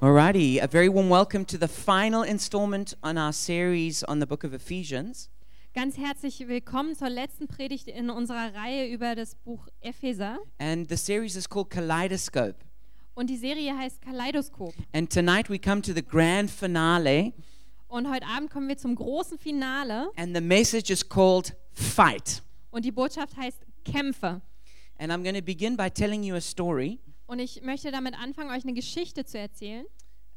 Alrighty, a very warm welcome to the final installment on our series on the book of Ephesians. Ganz herzlich willkommen zur letzten Predigt in unserer Reihe über das Buch Epheser. And the series is called Kaleidoscope. Und die Serie heißt Kaleidoskop. And tonight we come to the grand finale, Und heute Abend kommen wir zum großen Finale. and the message is called Fight. Und die Botschaft heißt Kämpfe. And I'm going to begin by telling you a story. Und ich möchte damit anfangen, euch eine Geschichte zu erzählen.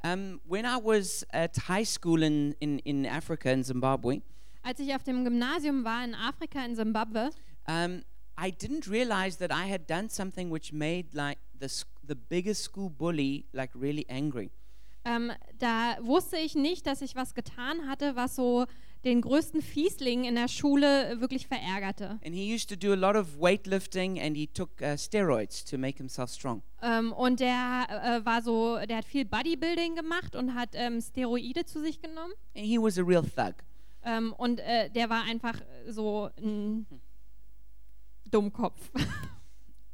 Um, when I was at high school in, in, in Africa, in Zimbabwe, Als ich auf dem Gymnasium war in Afrika, in Simbabwe, um, I didn't realize that I had done something which made like the, s- the biggest school bully like really angry. ähm, da wusste ich nicht, dass ich was getan hatte, was so den größten Fiesling in der Schule wirklich verärgerte. And he used to do a lot of weightlifting and he took uh, steroids to make himself strong. Ähm, und der äh, war so, der hat viel Bodybuilding gemacht und hat ähm, Steroide zu sich genommen. And he was a real thug. Ähm, und äh, der war einfach so ein Dummkopf.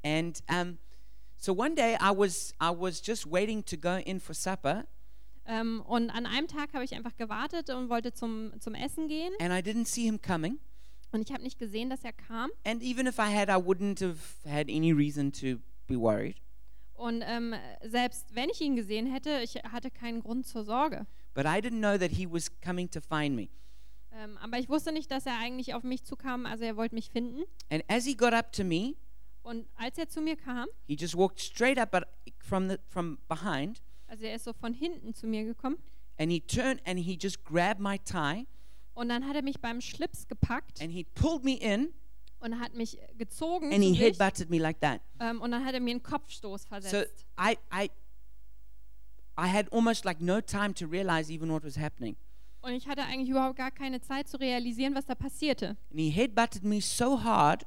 And um, so one day I was, I was just waiting to go in for supper ähm, und an einem Tag habe ich einfach gewartet und wollte zum, zum Essen gehen. and I didn't see him coming. Und ich habe nicht gesehen, dass er kam. And even if I had, I wouldn't have had any reason to be worried. Und ähm, selbst wenn ich ihn gesehen hätte, ich hatte keinen Grund zur Sorge. But I didn't know that he was coming to find me. Ähm, aber ich wusste nicht, dass er eigentlich auf mich zukam. Also er wollte mich finden. And as he got up to me, Und als er zu mir kam, he just walked straight up at, from, the, from behind also er ist so von hinten zu mir gekommen. and he turned and he just grabbed my tie Und dann hat er mich beim Schlips gepackt and he pulled me in und hat mich gezogen and zu he sich, headbutted me like that. ähm, und dann hat er mir einen Kopfstoß So versetzt. I, I, I had almost like no time to realize even what was happening. Und ich hatte eigentlich überhaupt gar keine Zeit zu realisieren, was da passierte. And he headbutted me so hard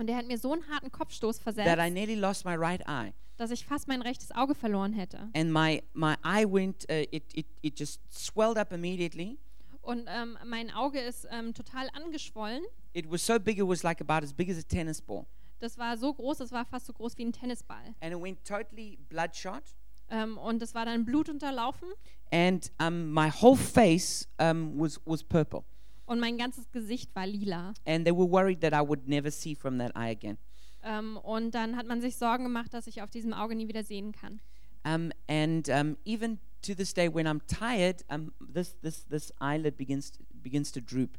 Und er hat mir so einen harten Kopfstoß that I versetzt, nearly lost my right eye. dass ich fast mein rechtes Auge verloren hätte. And my, my eye went, uh, it, it, it just swelled up immediately. Und ähm, mein Auge ist ähm, total angeschwollen. It was so big, it was like about as big as a tennis ball. Das war so groß, das war fast so groß wie ein Tennisball. And it went totally bloodshot. Ähm, und das war dann blutunterlaufen And um, my whole face um, was, was purple. und mein ganzes Gesicht war lila. And they were worried that I would never see from that eye again. Ähm, und dann hat man sich Sorgen gemacht, dass ich auf diesem Auge nie wieder sehen kann. Um, and um, even to this day, when I'm tired, um, this, this, this eyelid begins to, begins to droop.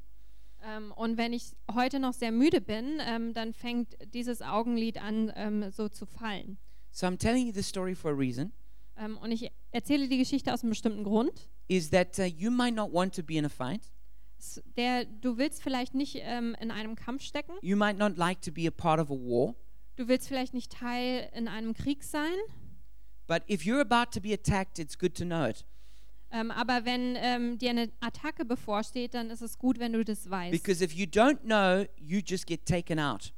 Ähm, und wenn ich heute noch sehr müde bin, ähm, dann fängt dieses Augenlid an, ähm, so zu fallen. So I'm telling you this story for a reason Ähm, und ich erzähle die Geschichte aus einem bestimmten Grund. is that uh, you might not want to be in a fight. S- Der, du willst vielleicht nicht ähm, in einem Kampf stecken. You might not like to be a part of a war. Du willst vielleicht nicht Teil in einem Krieg sein. But if you're about to be attacked, it's good to know it. Ähm, aber wenn ähm, dir eine Attacke bevorsteht, dann ist es gut, wenn du das weißt. Because if you don't know, you just get taken out.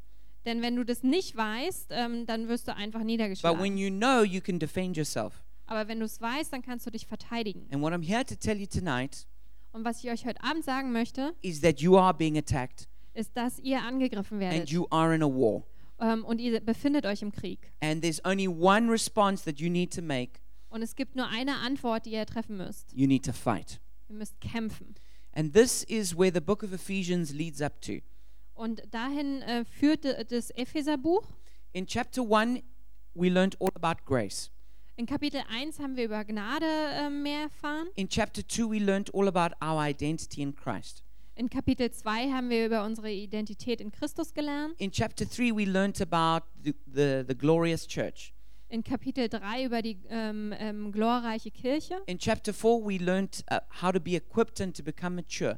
Denn wenn du das nicht weißt, ähm, dann wirst du einfach But niedergeschlagen. when you know, you can defend yourself. Aber wenn du es weißt, dann kannst du dich verteidigen. And what I'm here to tell you tonight Und was ich euch heute Abend sagen möchte, is that you are being attacked ist, dass ihr angegriffen werdet. and you are in a war. ähm, und ihr befindet euch im Krieg. And there's only one response that you need to make Und es gibt nur eine Antwort, die ihr treffen müsst. you need to fight. Ihr müsst kämpfen. And this is where the book of Ephesians leads up to. Und dahin äh, führt äh, das Epheserbuch. In chapter 1, we learned all about grace. In Kapitel 1 haben wir über Gnade äh, mehr erfahren. In chapter 2, we learned all about our identity in Christ. In Kapitel 2 haben wir über unsere Identität in Christus gelernt. In chapter 3, we learned about the, the, the glorious church. In Kapitel 3 über die ähm, ähm, glorreiche Kirche. In chapter 4, we learned uh, how to be equipped and to become mature.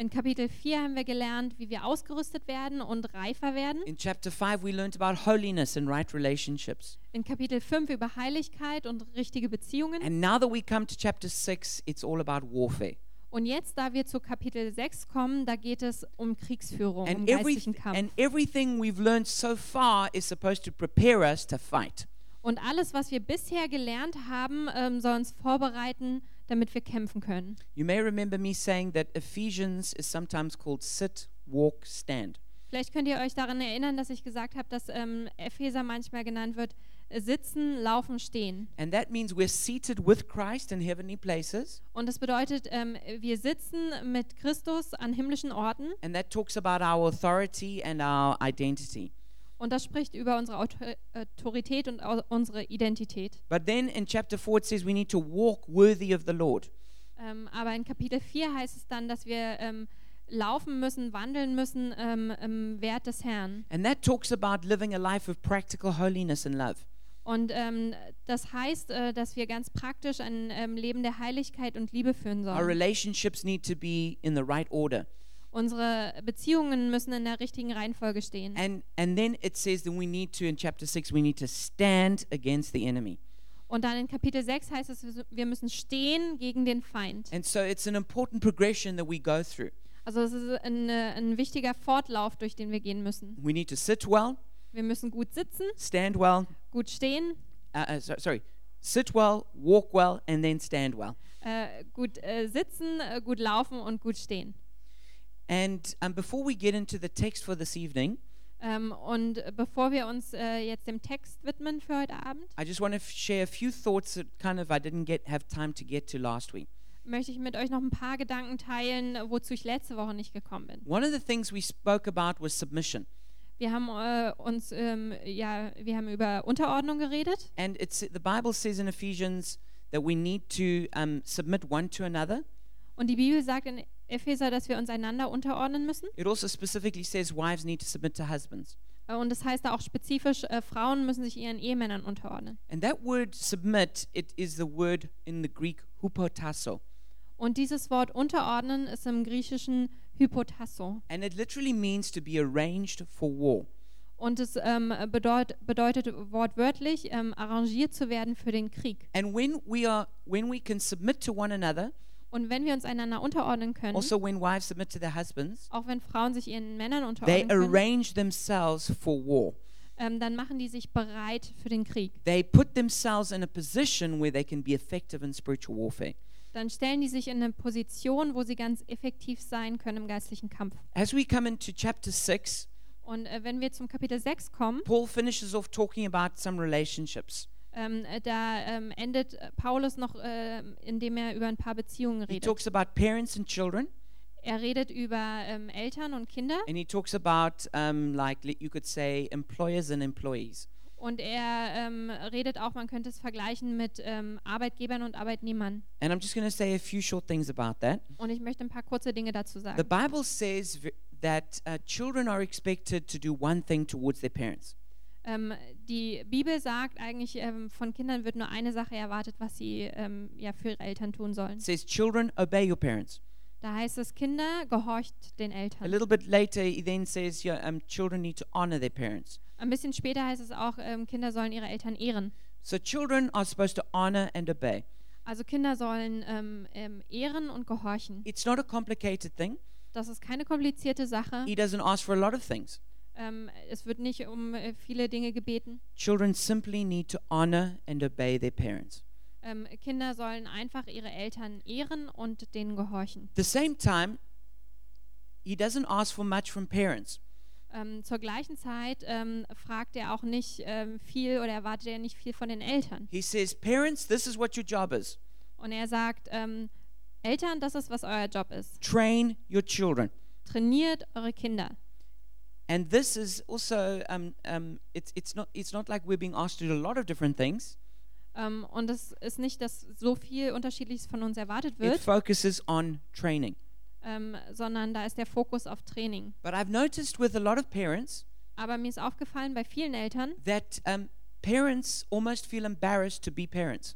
In Kapitel 4 haben wir gelernt, wie wir ausgerüstet werden und reifer werden. In chapter 5, we learned about holiness and right relationships. In Kapitel 5 über Heiligkeit und richtige Beziehungen. And now that we come to chapter 6, it's all about warfare. Und jetzt, da wir zu Kapitel 6 kommen, da geht es um Kriegsführung, um And, every, geistlichen Kampf. and everything we've learned so far is supposed to prepare us to fight. und alles, was wir bisher gelernt haben, ähm, soll uns vorbereiten, damit wir kämpfen können. You may remember me saying that Ephesians is sometimes called sit, walk, stand. Vielleicht könnt ihr euch daran erinnern, dass ich gesagt habe, dass ähm, Epheser manchmal genannt wird sitzen, laufen, stehen. And that means we're seated with Christ in heavenly places. Und das bedeutet, ähm, wir sitzen mit Christus an himmlischen Orten And that talks about our authority and our identity. und das spricht über unsere Autor- Autorität und au- unsere Identität. But then in chapter 4, it says we need to walk worthy of the Lord. Ähm, aber in Kapitel 4 heißt es dann, dass wir ähm, laufen müssen, wandeln müssen ähm, im Wert des Herrn. And that talks about living a life of practical holiness and love. Und ähm, das heißt, äh, dass wir ganz praktisch ein ähm, Leben der Heiligkeit und Liebe führen Our sollen. relationships need to be in the right order. Unsere Beziehungen müssen in der richtigen Reihenfolge stehen. And, and then it says that we need to, in chapter 6, we need to stand against the enemy. Und dann in Kapitel 6 heißt es, wir- wir müssen stehen gegen den Feind. And so it's an important progression that we go through. Also es ist ein, äh, ein wichtiger Fortlauf, durch den wir gehen müssen. We need to sit well, Wir müssen gut sitzen, stand well, gut stehen, uh, uh, so, sorry, sit well, walk well, and then stand well. äh, gut äh, sitzen, äh, gut laufen und gut stehen. And um, before we get into the text for this evening, Ähm, und bevor wir uns äh, jetzt dem Text widmen für heute Abend, I just want to share a few thoughts that kind of I didn't get have time to get to last week. möchte ich mit euch noch ein paar Gedanken teilen, äh, wozu ich letzte Woche nicht gekommen bin. One of the things we spoke about was submission, Wir haben äh, uns, ähm, ja, wir haben über Unterordnung geredet and it's the Bible says in Ephesians that we need to um, submit one to another. und die Bibel sagt in Epheser, dass wir uns einander unterordnen müssen. It also specifically says wives need to submit to husbands, Äh, Und das heißt da auch spezifisch, äh, Frauen müssen sich ihren Ehemännern unterordnen. and that word submit it is the word in the Greek hupotasso, Und dieses Wort unterordnen ist im Griechischen hypotasso. and it literally means to be arranged for war. Und es ähm, bedeut, bedeutet wortwörtlich, ähm, arrangiert zu werden für den Krieg. And when we are when we can submit to one another, Und wenn wir uns einander unterordnen können, also when wives submit to their husbands, auch wenn Frauen sich ihren Männern they unterordnen können, arrange themselves for war. ähm, dann machen die sich bereit für den Krieg. They put themselves in a position where they can be effective in spiritual warfare. Dann stellen die sich in eine Position, wo sie ganz effektiv sein können im geistlichen Kampf. As we come into chapter 6, Und äh, wenn wir zum Kapitel 6 kommen, Paul finishes off talking about some relationships. Ähm, äh, da ähm, endet äh, Paulus noch, ähm, indem er über ein paar Beziehungen He redet. talks about parents and children, Er redet über ähm, Eltern und Kinder and he talks about, um, like li- you could say, employers and employees. und er ähm, redet auch, man könnte es vergleichen mit ähm, Arbeitgebern und Arbeitnehmern. And I'm just going to say a few short things about that. Und ich möchte ein paar kurze Dinge dazu The sagen. Bible says v- that uh, children are expected to do one thing towards their parents. Ähm, die Bibel sagt eigentlich, ähm, von Kindern wird nur eine Sache erwartet, was sie ähm, ja für ihre Eltern tun sollen. It says, Children, obey your parents. Da heißt es, Kinder, gehorcht den A Eltern. little bit later, he then says, yeah, um, Children need to honor their parents. Ein bisschen später heißt es auch, ähm, Kinder sollen ihre Eltern ehren. So, children are supposed to honor and obey. Also Kinder sollen ähm, ähm, ehren und gehorchen. It's not a complicated thing. Das ist keine komplizierte Sache. He doesn't ask for a lot of things. Ähm, es wird nicht um äh, viele Dinge gebeten. Children simply need to honor and obey their parents. Ähm, Kinder sollen einfach ihre Eltern ehren und denen gehorchen. At the same time, he doesn't ask for much from parents. Ähm, zur gleichen Zeit ähm, fragt er auch nicht ähm, viel oder erwartet er nicht viel von den Eltern. He says, Parents, this is what your job is Und er sagt, ähm, Eltern, das ist, was euer Job ist. train your children. Trainiert eure Kinder. And this is also, um, um, it's, it's, not, it's not like we're being asked to do a lot of different things. Ähm, und es ist nicht, dass so viel Unterschiedliches von uns erwartet It wird, focuses on training. ähm, sondern da ist der Fokus auf Training. But I've noticed with a lot of parents Aber mir ist aufgefallen bei vielen Eltern, that um, parents almost feel embarrassed to be parents.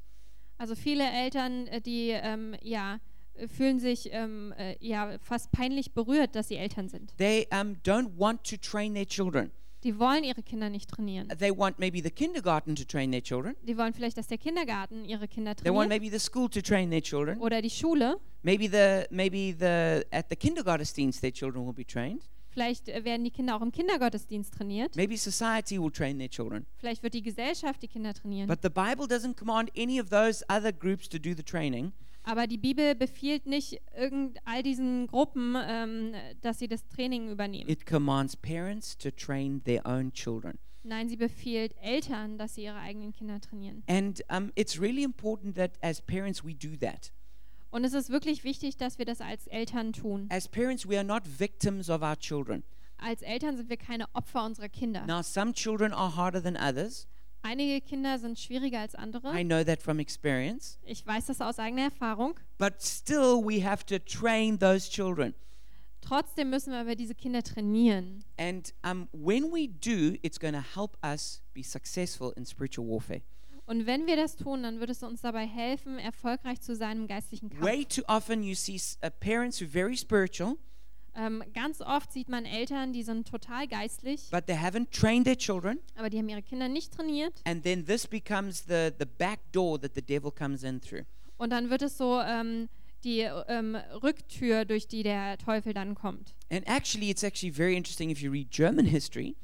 Also viele Eltern, äh, die ähm, ja, äh, fühlen sich ähm, äh, ja, fast peinlich berührt, dass sie Eltern sind. They um, don't want to train their children. Die wollen ihre Kinder nicht trainieren. They want maybe the kindergarten to train their children. Die wollen vielleicht, dass der Kindergarten ihre Kinder They want trainiert maybe the school to train their children. oder die Schule. Maybe the maybe the at the kindergartens their children will be trained. Vielleicht äh, werden die Kinder auch im Kindergottesdienst trainiert. Maybe society will train their children. Vielleicht wird die Gesellschaft die Kinder trainieren. But the Bible doesn't command any of those other groups to do the training. Aber die Bibel befiehlt nicht irgend all diesen Gruppen, ähm, dass sie das Training übernehmen. It commands parents to train their own children. Nein, sie befiehlt Eltern, dass sie ihre eigenen Kinder trainieren. And um, it's really important that as parents we do that. Und es ist wirklich wichtig, dass wir das als Eltern tun. As parents, we are not victims of our children. Als Eltern sind wir keine Opfer unserer Kinder. Now, some children are harder than others. Einige Kinder sind schwieriger als I andere. know that from experience. Ich weiß das aus eigener Erfahrung. But still, we have to train those children. Trotzdem müssen wir aber diese Kinder trainieren. And um, when we do, it's going to help us be successful in spiritual warfare. Und wenn wir das tun, dann wird es uns dabei helfen, erfolgreich zu sein im geistlichen Kampf. Way too often, you see s- uh, parents who are very spiritual, Ähm, ganz oft sieht man Eltern, die sind total geistlich, but they haven't trained their children. aber die haben ihre Kinder nicht trainiert. And then this becomes the, the back door that the devil comes in through. Und dann wird es so ähm, die ähm, Rücktür, durch die der Teufel dann kommt. And actually, it's actually very interesting if you read German history.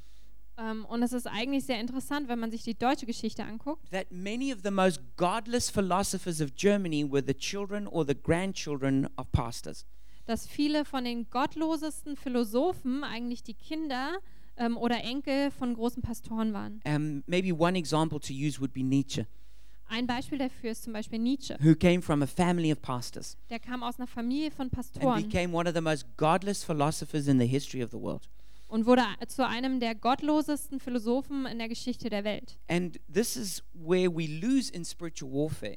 Ähm, und es ist eigentlich sehr interessant, wenn man sich die deutsche Geschichte anguckt, that many of the most godless philosophers of Germany were the children or the grandchildren of pastors. dass viele von den gottlosesten Philosophen eigentlich die Kinder ähm, oder Enkel von großen Pastoren waren. Um, maybe one example to use would be Nietzsche, Ein Beispiel dafür ist zum Beispiel Nietzsche. who came from a family of pastors Der kam aus einer Familie von and Pastoren became one of the most godless philosophers in the history of the world. und wurde zu einem der gottlosesten Philosophen in der Geschichte der Welt. And this is where we lose in spiritual warfare.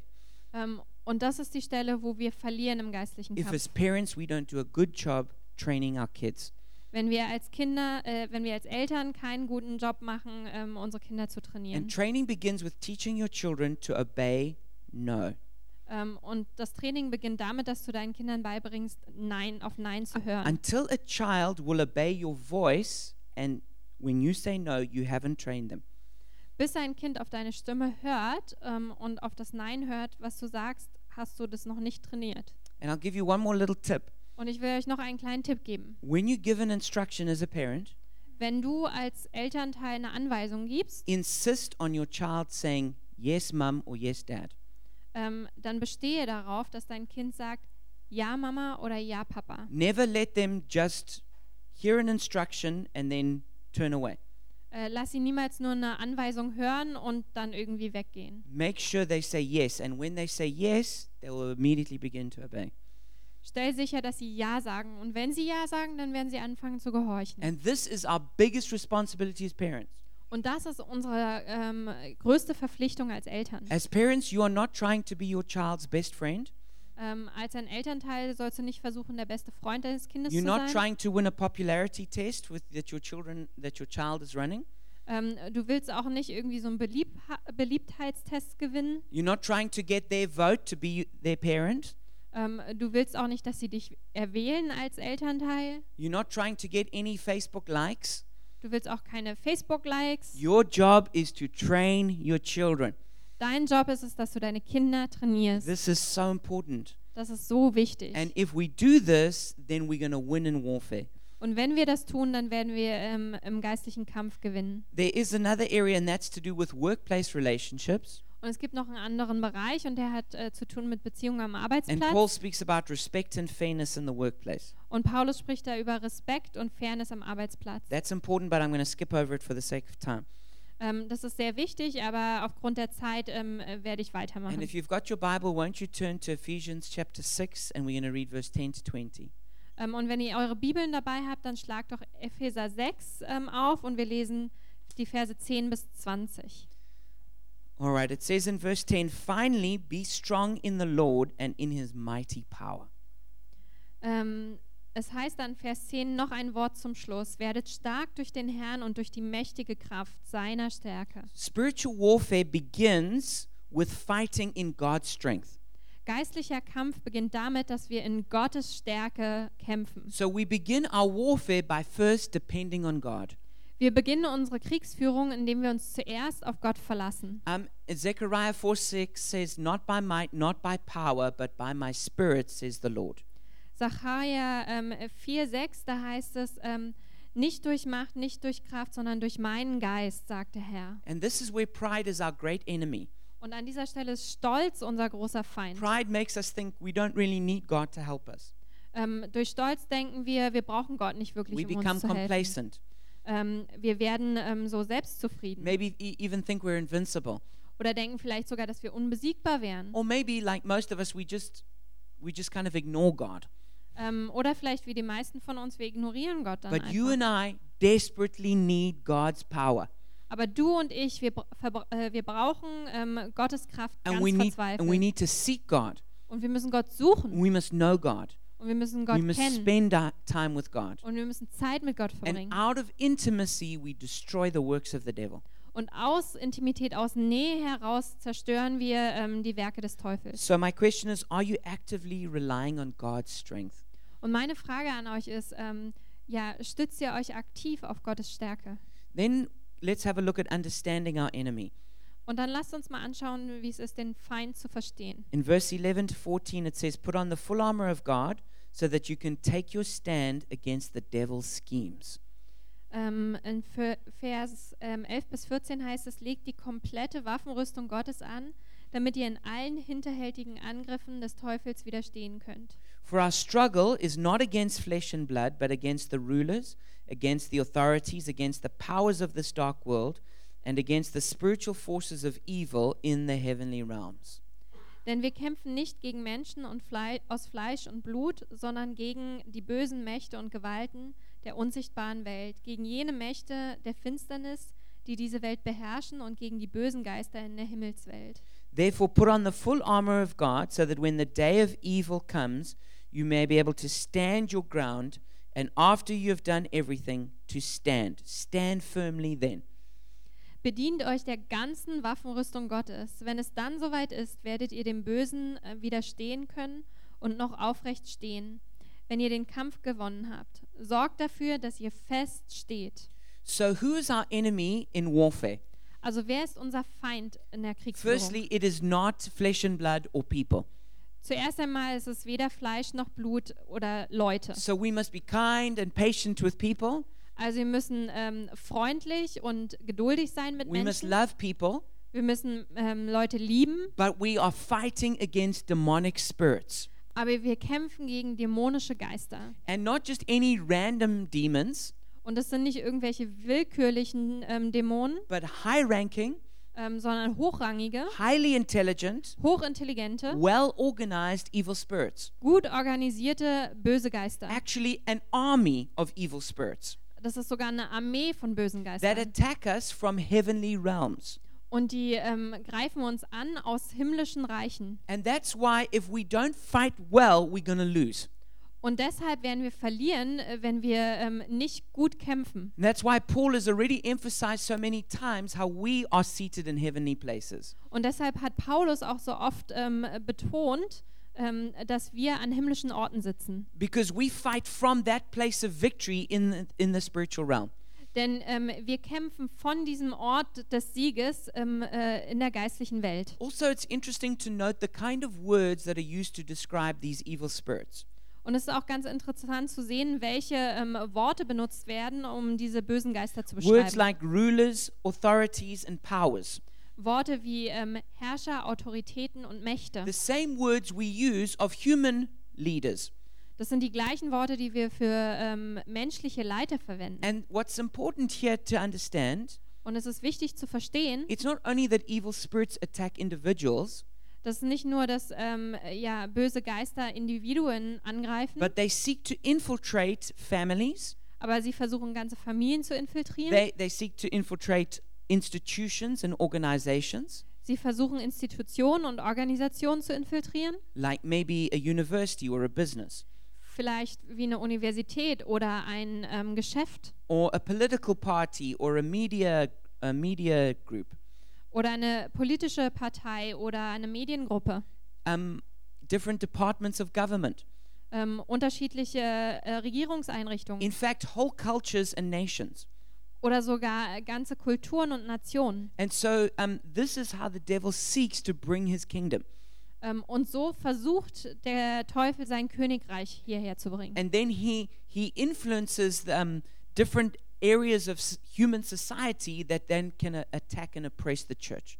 Ähm, und das ist die Stelle, wo wir verlieren im geistlichen If as Kampf. parents we don't do a good job training our kids. Wenn wir als Kinder, äh, wenn wir als Eltern keinen guten Job machen, ähm, unsere Kinder zu trainieren. And training begins with teaching your children to obey no. Ähm, und das Training beginnt damit, dass du deinen Kindern beibringst, Nein auf Nein zu hören. Until a child will obey your voice, and when you say no, you haven't trained them. Bis ein Kind auf deine Stimme hört ähm, und auf das Nein hört, was du sagst, hast du das noch nicht trainiert. And I'll give you one more little tip. Und ich will euch noch einen kleinen Tipp geben. When you give an instruction as a parent, Wenn du als Elternteil eine Anweisung gibst, insist on your child saying yes, mum, or yes, dad. ähm, dann bestehe darauf, dass dein Kind sagt, ja Mama oder ja Papa. Never let them just hear an instruction and then turn away. Äh, lass sie niemals nur eine Anweisung hören und dann irgendwie weggehen. Make sure they say yes, and when they say yes, they will immediately begin to obey. Stell sicher, dass sie ja sagen. Und wenn sie ja sagen, dann werden sie anfangen zu gehorchen. And this is our biggest responsibility as parents. Und das ist unsere ähm, größte Verpflichtung als Eltern. As parents, you are not trying to be your child's best friend. Ähm, als ein Elternteil sollst du nicht versuchen, der beste Freund deines Kindes You're zu not sein. trying to win a popularity test with that your children that your child is running. Ähm, du willst auch nicht irgendwie so einen Beliebha Beliebtheitstest gewinnen. You're not trying to get their vote to be their parent. Ähm, du willst auch nicht, dass sie dich erwählen als Elternteil. You're not trying to get any Facebook likes. Du willst auch keine Facebook-Likes. Your job is to train your children. Dein Job ist es, dass du deine Kinder trainierst. This is so important. Das ist so wichtig. And if we do this, then we're going to win in warfare. Und wenn wir das tun, dann werden wir ähm, im geistlichen Kampf gewinnen. There is another area, and that's to do with workplace relationships. Und es gibt noch einen anderen Bereich und der hat äh, zu tun mit Beziehungen am And Arbeitsplatz. Paul speaks about respect and fairness in the workplace. und Paulus spricht da über Respekt und Fairness am Arbeitsplatz. That's important, but I'm going to skip over it for the sake of time. Ähm, das ist sehr wichtig, aber aufgrund der Zeit ähm, äh, werde ich And weitermachen. if you've got your Bible, won't you turn to Ephesians chapter 6 and we're going to read verse 10 to 20. Ähm, und wenn ihr eure Bibeln dabei habt, dann schlagt doch Epheser 6 ähm, auf und wir lesen die Verse 10 bis 20. All right, it says in verse 10 finally be strong in the Lord and in his mighty power. Ähm, es heißt dann Vers 10 noch ein Wort zum Schluss. Werdet stark durch den Herrn und durch die mächtige Kraft seiner Stärke. Spiritual warfare begins with fighting in God's strength. Geistlicher Kampf beginnt damit, dass wir in Gottes Stärke kämpfen. So we begin our warfare by first depending on God. Wir beginnen unsere Kriegsführung, indem wir uns zuerst auf Gott verlassen. Um, Zechariah 4 6 says, Not by might, not by power, but by my spirit, says the Lord. Sacharja ähm, 4,6, da heißt es, ähm, nicht durch Macht, nicht durch Kraft, sondern durch meinen Geist, sagt der Herr. And this is where pride is our great enemy. Und an dieser Stelle ist Stolz unser großer Feind. Pride makes us think we don't really need God to help us. Ähm, durch Stolz denken wir, wir brauchen Gott nicht We wirklich, um become uns zu helfen. complacent. Ähm, wir werden ähm, so selbstzufrieden maybe e- even think we're invincible. oder denken vielleicht sogar, dass wir unbesiegbar wären. Or maybe like most of us we just we just kind of ignore God. Ähm, oder vielleicht wie die meisten von uns, wir ignorieren Gott dann But you einfach. and I desperately need God's power. Aber du und ich, wir, bra- verbra- äh, wir brauchen ähm, Gottes Kraft And ganz we need and we verzweifelt. need to seek God. Und wir müssen Gott suchen We must know God. und wir müssen Gott We must kennen spend our time with God. und wir müssen Zeit mit Gott And verbringen. out of intimacy we destroy the works of the devil. Und aus Intimität, aus Nähe heraus zerstören wir ähm, die Werke des Teufels. So my question is are you actively relying on God's strength? Und meine Frage an euch ist, ähm, ja, stützt ihr euch aktiv auf Gottes Stärke? Then let's have a look at understanding our enemy. Und dann lasst uns mal anschauen, wie es ist, den Feind zu verstehen. In verse 11 to 14, it says, Put on the full armor of God so that you can take your stand against the devil's schemes. Ähm, in Ver- Vers ähm, 11 bis 14 heißt es, legt die komplette Waffenrüstung Gottes an, damit ihr in allen hinterhältigen Angriffen des Teufels widerstehen könnt. For our struggle is not against flesh and blood, but against the rulers, against the authorities, against the powers of this dark world, and against the spiritual forces of evil in the heavenly realms. Denn wir kämpfen nicht gegen Menschen und Fle aus Fleisch und Blut, sondern gegen die bösen Mächte und Gewalten der unsichtbaren Welt, gegen jene Mächte der Finsternis, die diese Welt beherrschen und gegen die bösen Geister in der Himmelswelt. Therefore, put on the full armor of God so that when the day of evil comes, you may be able to stand your ground, and after you have done everything, to stand. Stand firmly then. Bedient euch der ganzen Waffenrüstung Gottes. Wenn es dann soweit ist, werdet ihr dem Bösen äh, widerstehen können und noch aufrecht stehen, wenn ihr den Kampf gewonnen habt. Sorgt dafür, dass ihr fest steht. So, who is our enemy in warfare? Also wer ist unser Feind in der Kriegsführung? Firstly, it is not flesh and blood or people. Zuerst einmal ist es weder Fleisch noch Blut oder Leute. So, we must be kind and patient with people. Also wir müssen ähm, freundlich und geduldig sein mit We must Menschen. love people, Wir müssen ähm, Leute lieben, but we are fighting against demonic spirits. aber wir kämpfen gegen dämonische Geister. And not just any random demons, Und das sind nicht irgendwelche willkürlichen ähm, Dämonen, but high ranking, ähm, sondern hochrangige, highly intelligent, hochintelligente, well organized evil spirits. gut organisierte böse Geister. Actually, an army of evil spirits Das ist sogar eine Armee von bösen that Geistern. attack us from heavenly realms. Und die ähm, greifen uns an aus himmlischen Reichen. And that's why if we don't fight well, we're going to lose. Und deshalb werden wir verlieren, äh, wenn wir ähm, nicht gut kämpfen. And that's why Paul has already emphasized so many times how we are seated in heavenly places. Und deshalb hat Paulus auch so oft ähm, betont, ähm, dass wir an himmlischen Orten sitzen. Because we fight from that place of victory in the, in the spiritual realm. Denn ähm, wir kämpfen von diesem Ort des Sieges ähm, äh, in der geistlichen Welt. Also, it's interesting to note the kind of words that are used to describe these evil spirits. Und es ist auch ganz interessant zu sehen, welche ähm, Worte benutzt werden, um diese bösen Geister zu beschreiben. Words like rulers, authorities, and powers. Worte wie ähm, Herrscher, Autoritäten und Mächte. The same words we use of human leaders. Das sind die gleichen Worte, die wir für ähm, menschliche Leiter verwenden. And what's important here to understand, Und es ist wichtig zu verstehen, it's not only that evil spirits attack individuals, dass nicht nur, dass ähm, ja, böse Geister Individuen angreifen, but they seek to infiltrate families, aber sie versuchen, ganze Familien zu infiltrieren. they, they seek to infiltrate institutions and organizations, sie versuchen, Institutionen und Organisationen zu infiltrieren. like maybe a university or a business, Vielleicht wie eine Universität oder ein ähm, Geschäft or a political party or a media, a media group. oder eine politische Partei oder eine Mediengruppe. um, different departments of government. Ähm, unterschiedliche äh, Regierungseinrichtungen In fact, whole cultures and nations. oder sogar äh, ganze Kulturen und Nationen. And so um, this is how the devil seeks to bring his kingdom. Ähm, und so versucht der Teufel sein Königreich hierher zu bringen. And then he, he influences the, um, different areas of s- human society that then can uh, attack and oppress the church.